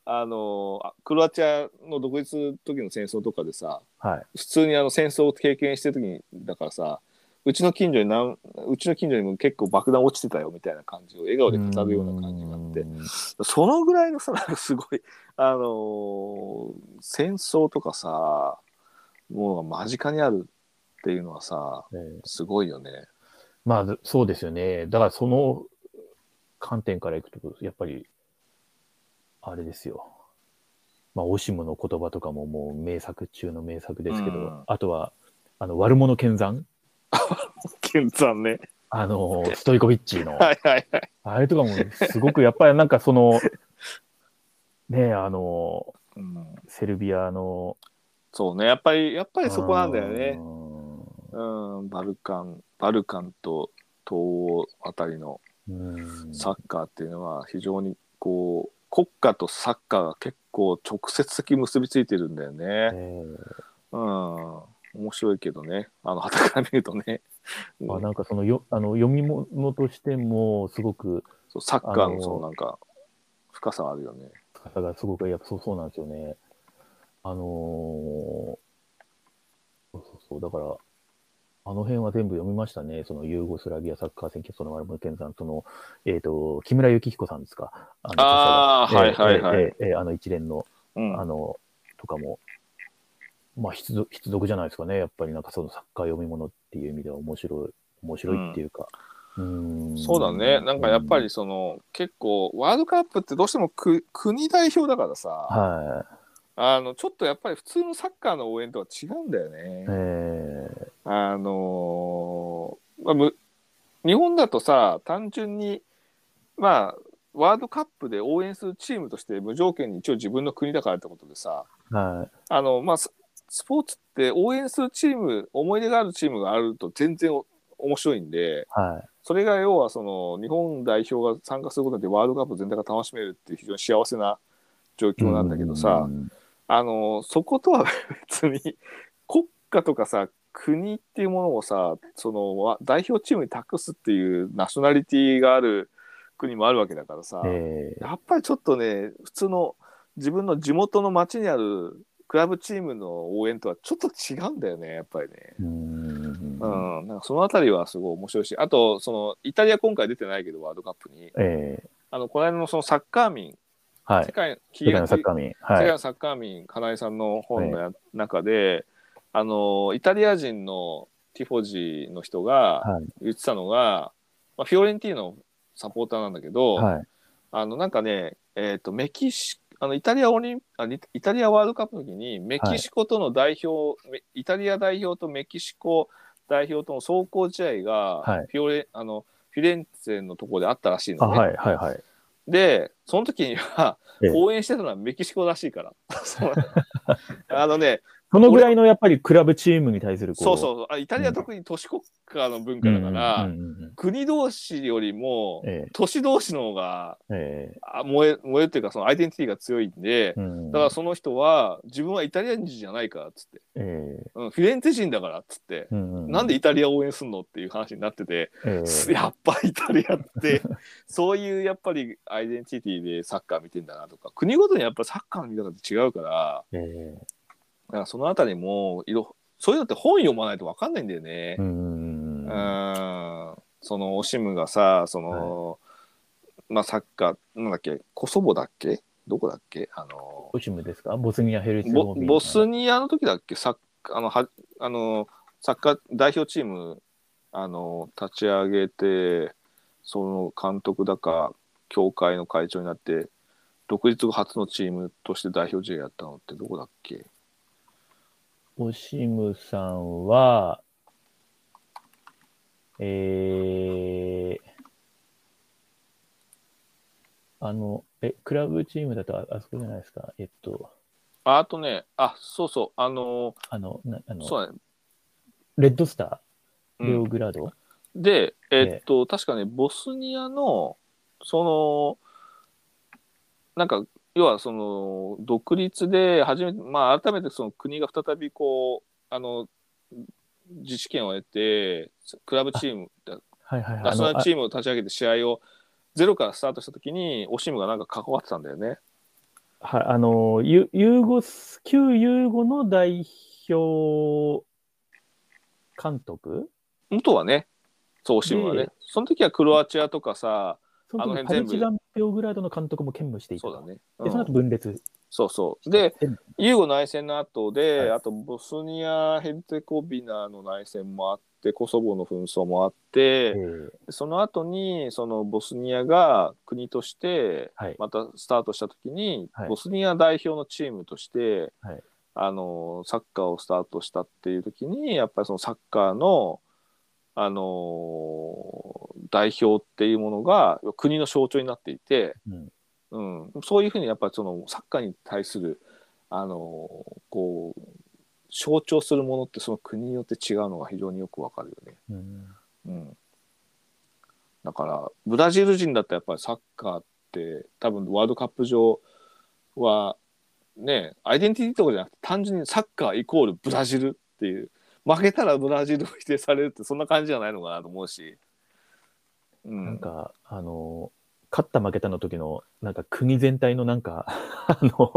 S1: あのーあクロアチアの独立の時の戦争とかでさ、
S2: はい。
S1: 普通にあの戦争を経験してる時にだからさうちの近所になんうちの近所にも結構爆弾落ちてたよみたいな感じを笑顔で語るような感じがあって
S2: うん
S1: そのぐらいのさなんかすごいあのー戦争とかさものが間近にあるっていうのはさ
S2: ええ
S1: すごいよ ね。
S2: まあ、そうですよね。だから、その観点からいくと、やっぱり、あれですよ。まあ、オシムの言葉とかももう名作中の名作ですけど、
S1: うん
S2: あとは、あの、悪者剣山
S1: ケンさんね。
S2: あの、ストイコビッチの。
S1: はいはいはい。
S2: あれとかもすごくやっぱりなんかその、ねえ、あの、
S1: うん、
S2: セルビアの。
S1: そうねやっぱりやっぱりそこなんだよ
S2: う
S1: ね。
S2: ん
S1: うんバルカンバルカンと東欧あたりの
S2: うん。
S1: サッカーっていうのは非常にこう国家とサッカーが結構直接的に結びついてるんだよ
S2: え
S1: ね。うん、面白いけどね。あの旗から見ると ね。
S2: え
S1: うん
S2: あなんかそのよあの読み物としてもすごく
S1: そうサッカー
S2: あ
S1: の
S2: の
S1: そのなんか深さはあるよね。
S2: 方がすごくやっぱそうそうなんですよね。あのーそうそうそうだからあの辺は全部読みましたね。そのユーゴスラビアサッカー選挙その丸本健さんそのえっ、と木村幸彦さんですか。あの
S1: あー
S2: 著者が
S1: はいはい
S2: ええ
S1: はい
S2: ええええあの一連の
S1: うん、
S2: あの、とかも、まあ必読、必読じゃないですかね。やっぱりなんかそのサッカー読み物っていう意味では面白い、面白いっていうか。うん、
S1: そうだね。なんかやっぱりその結構ワールドカップってどうしてもく国代表だから
S2: うん、
S1: さ、
S2: はい。
S1: あのちょっとやっぱり普通のサッカーの応援とは違うんだよね。
S2: えー、
S1: あのーまあ、む日本だとさ単純にまあワールドカップで応援するチームとして無条件に一応自分の国だからってことでさ
S2: はい。
S1: あの、まあ、ススポーツって応援するチーム思い出があるチームがあると全然お面白いんで
S2: は
S1: それが要はその日本代表が参加することでワールドカップ全体が楽しめるっていう非常に幸せな状
S2: い。
S1: 況なんだけどさ、
S2: うん
S1: あのそことは別に国家とかさ国っていうものをさそのわ代表チームに託すっていうナショナリティがある国もあるわけだからさ、
S2: えー
S1: やっぱりちょっとね普通の自分の地元の町にあるクラブチームの応援とはちょっと違うんだよねやっぱりね。
S2: うーん
S1: うん、なんかそのあたりはすごい面白いし、あと、そのイタリア今回出てないけど、ワールドカップに、
S2: え
S1: あのこの間のそのサッカー民、
S2: ーは
S1: 世
S2: い。
S1: 界
S2: 世界のサッカー民。
S1: 世
S2: は
S1: 界
S2: い。
S1: のサッカー民、金井さんの本のや中で、あの、イタリア人のティフォジーの人が
S2: はい。
S1: 言ってたのが、まあ、フィオレンティーナのサポーターなんだけど、
S2: はい。
S1: あの、なんかね、えっ、と、メキシあのイタリアオリンあイイタリアワールドカップの時にメキシコとの代表、メイタリア代表とメキシコ代表との走行試合
S2: は
S1: が
S2: い
S1: フィオレ、あのフィレンツェのところであったらしい
S2: あ、
S1: のね。
S2: はい。はい。はい。
S1: でその時には
S2: ええ
S1: 応援してたのはメキシコらしいから。そうあのね
S2: そのぐらいのやっぱりクラブチームに対す るこう。
S1: そうそうそうあイタリアは特に都市国家の文化だから、
S2: うんうんうんうん
S1: 国同士よりも
S2: え
S1: 都市同士の方が
S2: えええ
S1: あ燃え燃えるというかそのアイデンティティが強いんで。
S2: うん
S1: だからその人は自分はイタリア人じゃないからっつって、
S2: え
S1: うん、フィレンツェ人だからっつって
S2: え、うんう
S1: なんで、イタリアを応援すんのっていう話になってて、
S2: ええ
S1: やっぱイタリアってそういうやっぱりアイデンティティでサッカー見てんだなとか国ごとにやっぱサッカーの見方って違うから
S2: ええ
S1: だからそのあたりもいろそういうのって本読まないと分かんないんだよね。
S2: うんうんうん
S1: うーんそのオシムがさその、まあサッカーなんだっけコソボだっけどこだっけあの
S2: ボシムですかボスニア・ヘルツェゴ
S1: ボ
S2: ビナ
S1: ボスニアの時だっけサッカーあのはあのサッカー代表チームあの立ち上げてその監督だか協会の会長になって独立後初のチームとして代表試合やったのってどこだっけ
S2: オシムさんは、えー、あの、え、クラブチームだとああそこじゃないですか。えっと、
S1: ああとねあそうそうあの
S2: あの、なあ
S1: そ
S2: の
S1: うだね、
S2: レッドスタ
S1: う
S2: ー、レオ
S1: ん、
S2: グラド、
S1: でえ
S2: え
S1: っと、確かねボスニアのそのなんか要はその独立で初めて、まあ、改めてその国が再びこうあの自治権を得てクラブチーム
S2: はいはいはい。
S1: ナ
S2: あ
S1: ショナ
S2: の
S1: ルチームを立ち上げて試合をゼロからスタートした時にオシムがなんか関わってたんだよね。
S2: あはい、あの、ユユーゴス、旧ユーゴの代表監督
S1: 元はねそうオシムはね
S2: で
S1: その時はクロアチアとかさ
S2: その
S1: あの
S2: 時
S1: 辺
S2: パル
S1: 全部
S2: チザン・ベオグラードの監督も兼務していた。
S1: そうだね、う
S2: で、その後
S1: ん、
S2: 分裂。
S1: そうそうで
S2: え
S1: ユーゴ内戦の後で、
S2: はい
S1: あとボスニア・ヘルツェコビナの内戦もあってコソボの紛争もあって、
S2: ー
S1: その後にそのボスニアが国として
S2: はい。
S1: またスタートした時に、
S2: はい
S1: ボスニア代表のチームとして、
S2: はい
S1: あのサッカーをスタートしたっていう時にやっぱりそのサッカーの、あの代表っていうものが国の象徴になっていて、
S2: うん
S1: うん、そういうふうにやっぱそのサッカーに対する、あのこう象徴するものってその国によって違うのが非常によくわかるよね。
S2: うん
S1: うん、だからブラジル人だったらやっぱりサッカーって多分ワールドカップ上はねアイデンティティとかじゃなくて単純にサッカーイコールブラジルっていう負けたらブラジルを否定されるってそんな感じじゃないのかなと思うし、うん、
S2: なんか、あの、勝った負けたの時の、なんか国全体のなんか、 あの、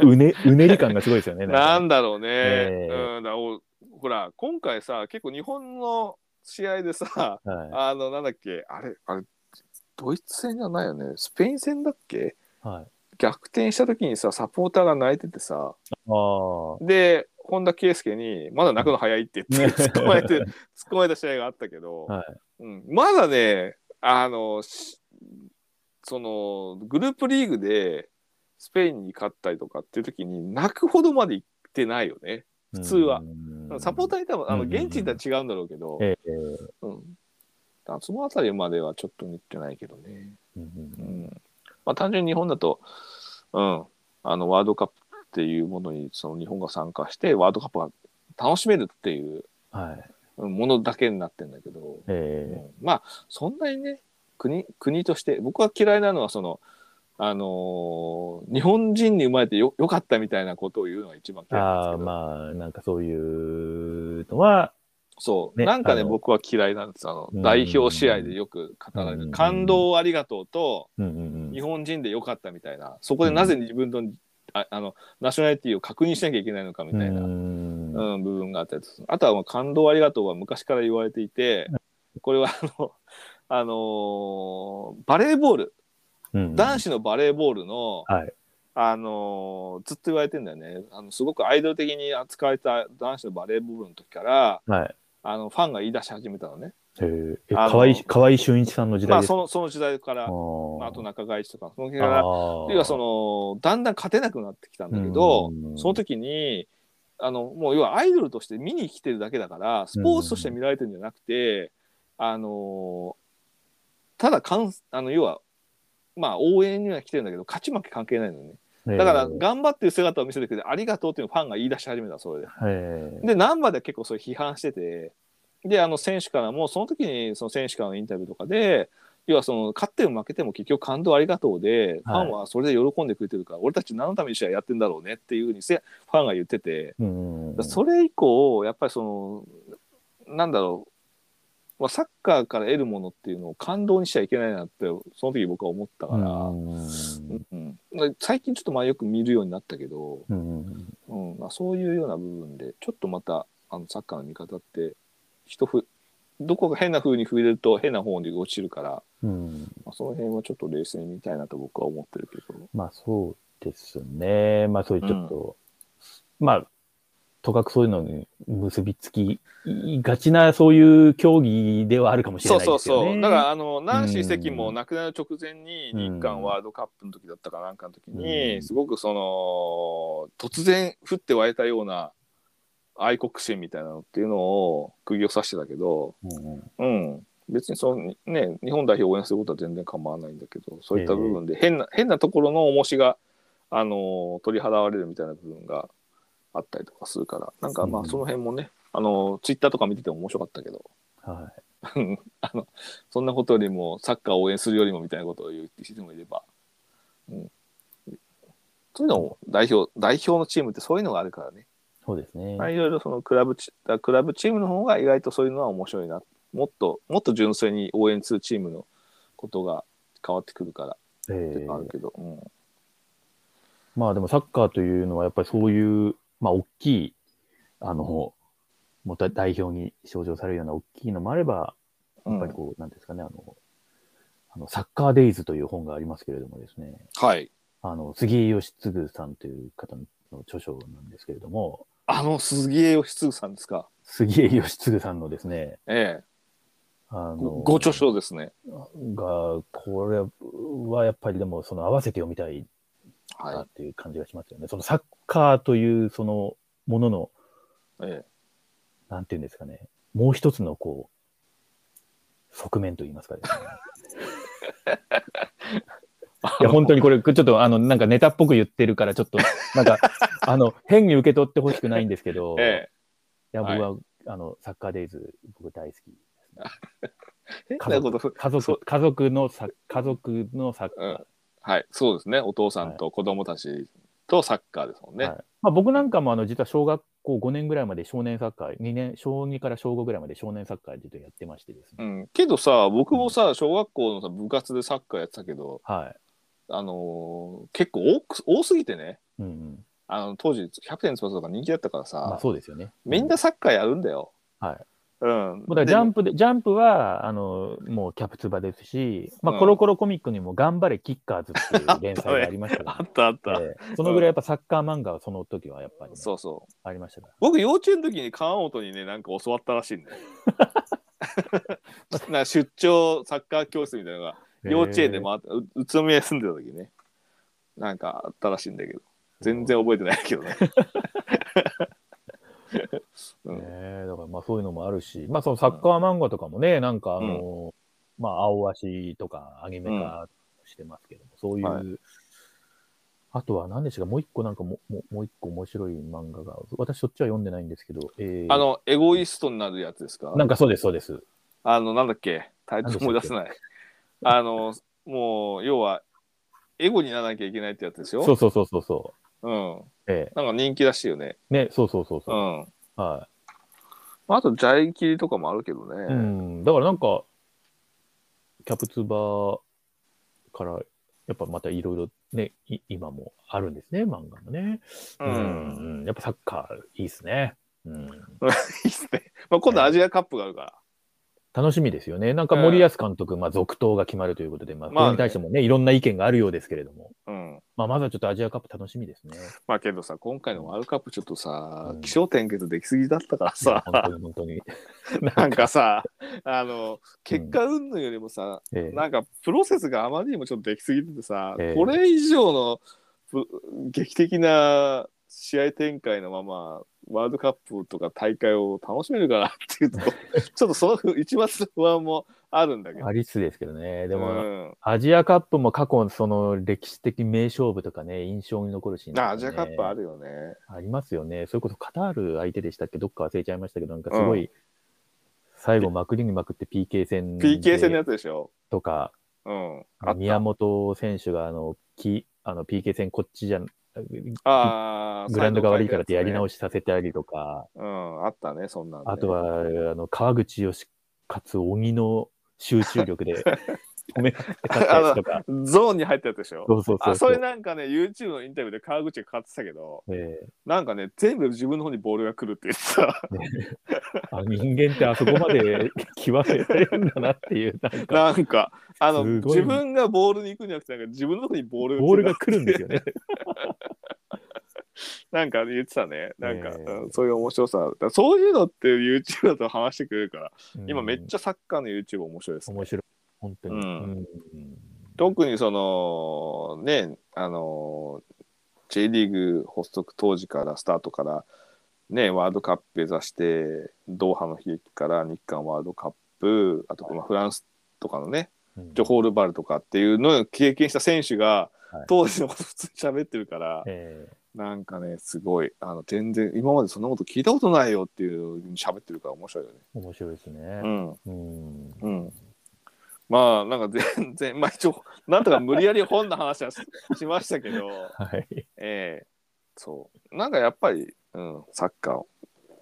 S2: うね、うねり感がすごいですよね。
S1: な
S2: か
S1: んだろうね、
S2: ええ
S1: うん、だからおほら今回さ結構日本の試合でさ
S2: は
S1: あのなんだっけあれあれドイツ戦じゃないよねスペイン戦だっけ
S2: い。はい。
S1: 逆転した時にさサポーターが泣いててさ
S2: あ
S1: で本田圭佑に「まだ泣くの早い」って言って突っ込まれ て突っ込まれた試合があったけど、
S2: はい
S1: うん、まだねあのしそのグループリーグでスペインに勝ったりとかっていう時に泣くほどまで行ってないよね
S2: あ。
S1: 普通は
S2: うん
S1: サポーターに多分あの
S2: うんうんうん
S1: 現地にとは違うんだろうけど、
S2: ええ
S1: うん、だからその辺りまではちょっと似てないけどね。
S2: うん
S1: う
S2: うん
S1: んまあ、単純に日本だと、うん、あのワールドカップっていうものにその日本が参加してワールドカップが楽しめるっていう
S2: はい。
S1: うんものだけになってんだけど、
S2: え
S1: う
S2: え
S1: んまあそんなにね国国として僕は嫌いなのはそのあのー日本人に生まれてよよかったみたいなことを言うのが一番嫌いなん
S2: あ
S1: です
S2: あ、
S1: けど、
S2: まあ、なんかそういうのは、
S1: そう、
S2: ね
S1: なんかね
S2: あの
S1: 僕は嫌いなんですあの
S2: うん
S1: 代表試合でよく語られ
S2: う
S1: る
S2: ん
S1: 感動をありがとうと
S2: うんうんうん
S1: 日本人でよかったみたいなそこでなぜ自分の,、ああのナショナリティを確認しなきゃいけないのかみたいな、
S2: う
S1: うん
S2: ん
S1: 部分があったりするあとはもう感動をありがとうは昔から言われていてこれはあの、あのーバレーボール
S2: うん
S1: 男子のバレーボールの、
S2: はい
S1: あのーずっと言われてんだよねあのすごくアイドル的に扱われた男子のバレーボールの時から
S2: はい。
S1: あのファンが言い出し始めたのね。
S2: へーえ、
S1: あの
S2: 河合河合俊一さんの時
S1: ま
S2: 代
S1: あ
S2: です
S1: そのその時代から、
S2: の
S1: まあ、あと
S2: んか、
S1: 中川一とかその時
S2: あ
S1: から
S2: ー
S1: というかそのだんだん勝てなくなってきたんだけど
S2: うん
S1: その時にあのもう要はアイドルとして見に来てるだけだからスポーツとして見られてるんじゃなくて、あのただかんあの要はまあ応援には来てるんだけど勝ち負け関係ないのよね
S2: へー
S1: だから頑張ってる姿を見せてくれてありがとうっていうのをファンが言い出し始めたそれで。
S2: へー
S1: で難波では結構それ批判しててであの選手からもその時にその選手からのインタビューとかで要はその勝っても負けても結局感動ありがとうで、
S2: はい
S1: ファンはそれで喜んでくれてるから俺たち何のために試合やってんだろうねっていうふうにせファンが言ってて、
S2: うん
S1: それ以降やっぱりそのなんだろうまあサッカーから得るものっていうのを感動にしちゃいけないなってその時僕は思ったから、
S2: うん
S1: うん最近ちょっとまあよく見るようになったけど、
S2: うん
S1: うんまあ、そういうような部分でちょっとまたあのサッカーの見方って人ふどこか変な風に触れると変な方に落ちるから、
S2: うん
S1: まあ、その辺はちょっと冷静に見たいなと僕は思ってるけど。
S2: まあそうですね。まあそういうちょっと、まあ、とかくそういうのに結びつきがちなそういう競技ではあるかもしれ
S1: そう
S2: ない
S1: そう
S2: ですよね。
S1: そうだからあのナンシー関
S2: う
S1: も
S2: ん
S1: 亡くなる直前に
S2: うん
S1: 日韓ワールドカップの時だったかなんかの時
S2: う
S1: に
S2: ん
S1: すごくその突然降って湧いたような愛国心みたいなのっていうのを釘を刺してたけど、
S2: うん
S1: うん、別にその、ね、日本代表を応援することは全然構わないんだけどそういった部分で変な,、変なところの重しが、あのー取り払われるみたいな部分があったりとかするからなんかま
S2: う
S1: あ
S2: ん
S1: その辺もね、あのツイッター Twitter とか見てても面白かったけど
S2: は
S1: あのそんなことよりもサッカーを応援するよりもみたいなことを言う人もいれば、うん、そういうのを代表代表のチームってそういうのがあるからね。
S2: い。そうですね。
S1: まあ、いろいろそのクラブチクラブチームの方が意外とそういうのは面白いなもっともっと純粋に応援するチームのことが変わってくるから
S2: え
S1: っていうのはあ
S2: ー
S1: るけど、うん
S2: まあでもサッカーというのはやっぱりそういう、まあ大きい、あの、もうだ代表に象徴されるような大きいのもあれば、
S1: うん
S2: やっぱりこう、なんですかね、あの、あのサッカーデイズという本がありますけれどもですね。
S1: はい
S2: あの、杉江義嗣さんという方の著書なんですけれども、
S1: あの杉江義嗣さんですか
S2: 杉江義嗣さんのですね、
S1: ええ
S2: あの、
S1: ごご著書ですね
S2: が、これはやっぱりでも、その合わせて読みたいな
S1: は
S2: っていう感じがしますよね。そのサッカーという、そのものの、
S1: い、ええ、
S2: なんていうんですかね、もう一つのこう、側面といいますかですね。 いや、本当にこれ、ちょっとあの、なんかネタっぽく言ってるから、ちょっと、なん か、あの、変に受け取ってほしくないんですけど、
S1: え
S2: いや、
S1: は
S2: 僕
S1: い
S2: は、あの、サッカーデイズ、僕大好き。
S1: え、変
S2: 家
S1: な
S2: 族
S1: こと
S2: 家
S1: そう
S2: 族、家族のサッ、家族のサッカー。
S1: うんはいそうですねお父さんと子供たちとサッカーですもんね、
S2: はいまあ、僕なんかも、あの、実は小学校5年ぐらいまで少年サッカー、2年、小2から小5ぐらいまで少年サッカー実はやってましてですね。
S1: うん、けどさ僕もさ小学校のさ部活でサッカーやってたけど
S2: はい。
S1: あのー結構多く多すぎてね
S2: うんうん。
S1: あの当時、キャプテン翼とか人気だったからさ、
S2: まあ、そうですよね。
S1: みんなサッカーやるんだよ。
S2: はい。
S1: うん。
S2: もうだからジャン
S1: プ
S2: プで、ジャンプは、あの、もうキャプツバですし、ま
S1: う
S2: あ、
S1: ん
S2: コロコロコミックにも、頑張れキッカーズっていう連載がありましたか
S1: あったあった。
S2: ら、ええそのぐらいやっぱサッカー漫画はその時はやっぱりね、
S1: そうそう。
S2: ありましたから。
S1: 僕、幼稚園の時に川本にね、なんか教わったらしい んだよ。なんか出張サッカー教室みたいなのが、幼稚園で回って、う宇都宮住んでた時ね、なんかあったらしいんだけど、全然覚えてないけど ね。う
S2: ね
S1: ん、
S2: えだからまあそういうのもあるし、まあそのサッカー漫画とかもね、なんかあの、まあ青足とかアニメ化してますけども、そういう、
S1: は
S2: あとは何でしたか、もう一個なんかもももう一個面白い漫画が、私そっちは読んでないんですけど、えー
S1: あ、の、エゴイストになるやつですか
S2: なんかそうです、そうです。
S1: あの、なんだっけ、タイトル思い出せない。あの、もう、要は、エゴにならなきゃいけないってやつですよ。。
S2: そうそうそうそうそう
S1: ん。
S2: う。え
S1: なんか人気らしいよね。
S2: えね、そうそうそう
S1: う
S2: そう。
S1: ん。
S2: は
S1: まあ、あと、ジャイキリとかもあるけど
S2: い。う
S1: ね。
S2: ん。だからなんか、キャプツバから、やっぱまたいろいろね、い今もあるんですね、漫画もね。
S1: う。
S2: うん ん。やっぱサッカーいいですね。うん。
S1: いいっすね。まあ、今度アジアカップがあるから。
S2: 楽しみですよね。なんか森保監督、まあ続投が決まるということで、まあ、こ
S1: まあ
S2: れ
S1: ね
S2: に対してもね、いろんな意見があるようですけれども。
S1: うん。
S2: まあ、まずはちょっとアジアカップ楽しみですね。
S1: まあ、けどさ、今回のワールドカップちょっとさ
S2: う、ん
S1: 気象点結できすぎだったから さ、
S2: 本当に 本当に。
S1: なんかさ、あの、結果云々よりもさ、
S2: ええ
S1: なんかプロセスがあまりにもちょっとできすぎててさ、
S2: ええ
S1: これ以上のぶ劇的な試合展開のままワールドカップとか大会を楽しめるかなっていう とちょっとその一抹の不安もあるんだけど。
S2: ありつつですけどね。でも、
S1: うん
S2: アジアカップも過去、その歴史的名勝負とかね、印象に残るシーン、ね、
S1: なアジアカップあるよね。
S2: ありますよね。それこそカタール相手でしたっけどっか忘れちゃいましたけど、なんかすごい、
S1: う
S2: 最後まくりにまくって PK 戦
S1: PK 戦のやつでしょ。
S2: とか、
S1: うん。あった
S2: 宮本選手があの、きあの PK 戦こっちじゃん、
S1: あ
S2: グラウンドが悪いからってやり
S1: し
S2: 直しさせてあげるとか、
S1: うん、あったね、そんなんね、
S2: あとは、あの、川口よし、かつ鬼の集中 力で止め勝ったやつとか。
S1: ゾーンに入ったやつでしょ。
S2: そうそうそう
S1: あそれなんかね、YouTube のインタビューで川口が語ってたけど、
S2: ええ
S1: なんかね、全部自分の方にボールが来るって言ってた。
S2: あ人間ってあそこ まで極められるんだなっていう、なんか、
S1: なんか、あの、
S2: すごい
S1: 自分がボールに行くんじゃなくて、なんか自分のとこにボールが来る
S2: ボールが来るんですよね。
S1: なんか言ってたね。なんか、
S2: えー
S1: うんそういう面白さ。だからそういうのって YouTube だと話してくれるから、 今めっ
S2: ゃ
S1: ちゃサッカーの YouTube 面白いですね、
S2: 面白い。本当に。
S1: うん
S2: うん
S1: 特にその、ね、あの、J リーグ発足当時からスタートから、ね、ワールドカップ目指して、ドーハの悲劇から日韓ワールドカップ、あとまあフランスとかのね、ジョホールバルとかっていうのを経験した選手が
S2: はい
S1: 当時のこと普通に喋ってるから、
S2: え
S1: なんかねすごいあの全然今までそんなこと聞いたことないよっていうふうに喋ってるから面白いよね。
S2: ー面白いですね。
S1: うん
S2: うん。
S1: うんまあなんか 全然まあ一応なんとか無理やり本の話はししましたけど、
S2: はい。
S1: ええそうなんかやっぱり、うん、サッカーを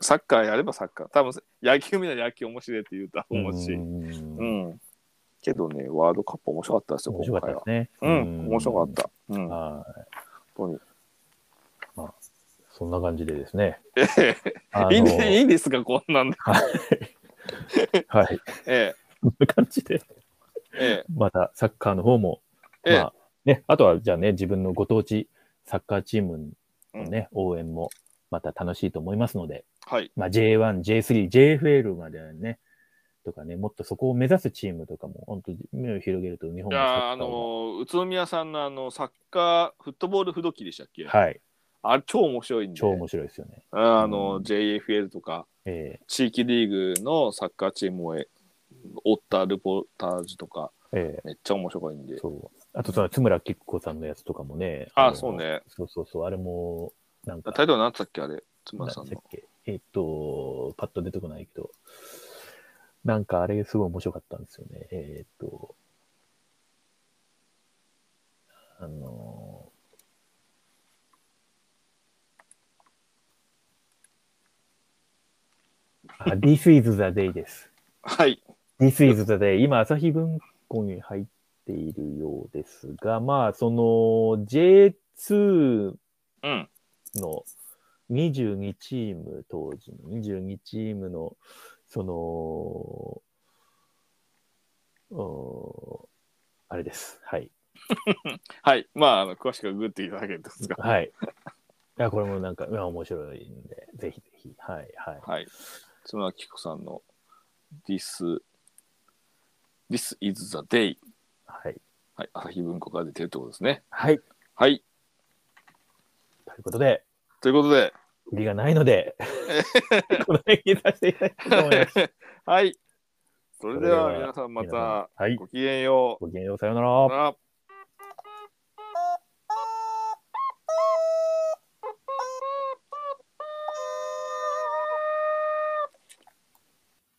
S1: サッカーやればサッカー多分野球見たら野球面白いって言うと思うし、う
S2: 面
S1: んけどねワールドカップ面白かったですよ
S2: 白
S1: 今
S2: かっ
S1: 回
S2: た
S1: は
S2: で。す
S1: う
S2: ね。
S1: ん、面白かった。うん、
S2: た
S1: 本
S2: は
S1: 当に。
S2: い。そんな感じでですね。
S1: え
S2: あの
S1: え、いいんでいいんですか、 こんなんで。
S2: はい。
S1: え
S2: こんな感じで、
S1: え、え
S2: またサッカーの方も、
S1: え、ええ
S2: まあ、ね、あとはじゃあね、自分のご当地サッカーチームのね、応援もまた楽しいと思いますので、
S1: はい。
S2: まあ、J1、J3、JFL までね、とかね、もっとそこを目指すチームとかも、本当に目を広げると日本
S1: い
S2: のサッカー
S1: やーあのー宇都宮さんのあのサッカーフットボール不動機でしたっけ、
S2: がはい、
S1: あれ超面白いんで
S2: 超面白いですよね。
S1: あのー
S2: うん
S1: JFL とか
S2: え
S1: 地域リーグのサッカーチームをえ追ったルポタージュとか
S2: ええ
S1: めっちゃ面白いん
S2: え
S1: で
S2: そう。あと、その、津村きっこさんのやつとかもね。
S1: あ
S2: の
S1: そうね。
S2: そうそうそう、あれも、なんか、
S1: タイトルなんつったっけあれ妻
S2: なん
S1: さ
S2: だ
S1: ん
S2: っ
S1: の
S2: けえっと、パッと出てこないけど、なんかあれすごい面白かったんですよね。えっと、あのあ、This is the day です。
S1: はい、
S2: This is the day。今、朝日文庫に入っているようですが、まあ、その J2
S1: うん、
S2: の22チーム、当時の22チームの、その、おあれです。はい。
S1: はいまああの詳しくはグっていただけるんですが
S2: はい。いや、これもなんか、うん面白いんで、ぜひぜひ。はい、はい。
S1: はい。妻木子さんの This, This is the day。
S2: はい。
S1: はい。朝日文庫から出てるってことですね。
S2: はい。
S1: はい。
S2: ということで、
S1: ということで、
S2: 売りがない ので、この辺にさせていただきたいと思います。
S1: はい。それで
S2: そ
S1: は
S2: れでは
S1: 皆さんま
S2: 皆さ
S1: た
S2: んはい。
S1: ごきげんよう。
S2: ごきげんよう、さようなら。
S1: さよなら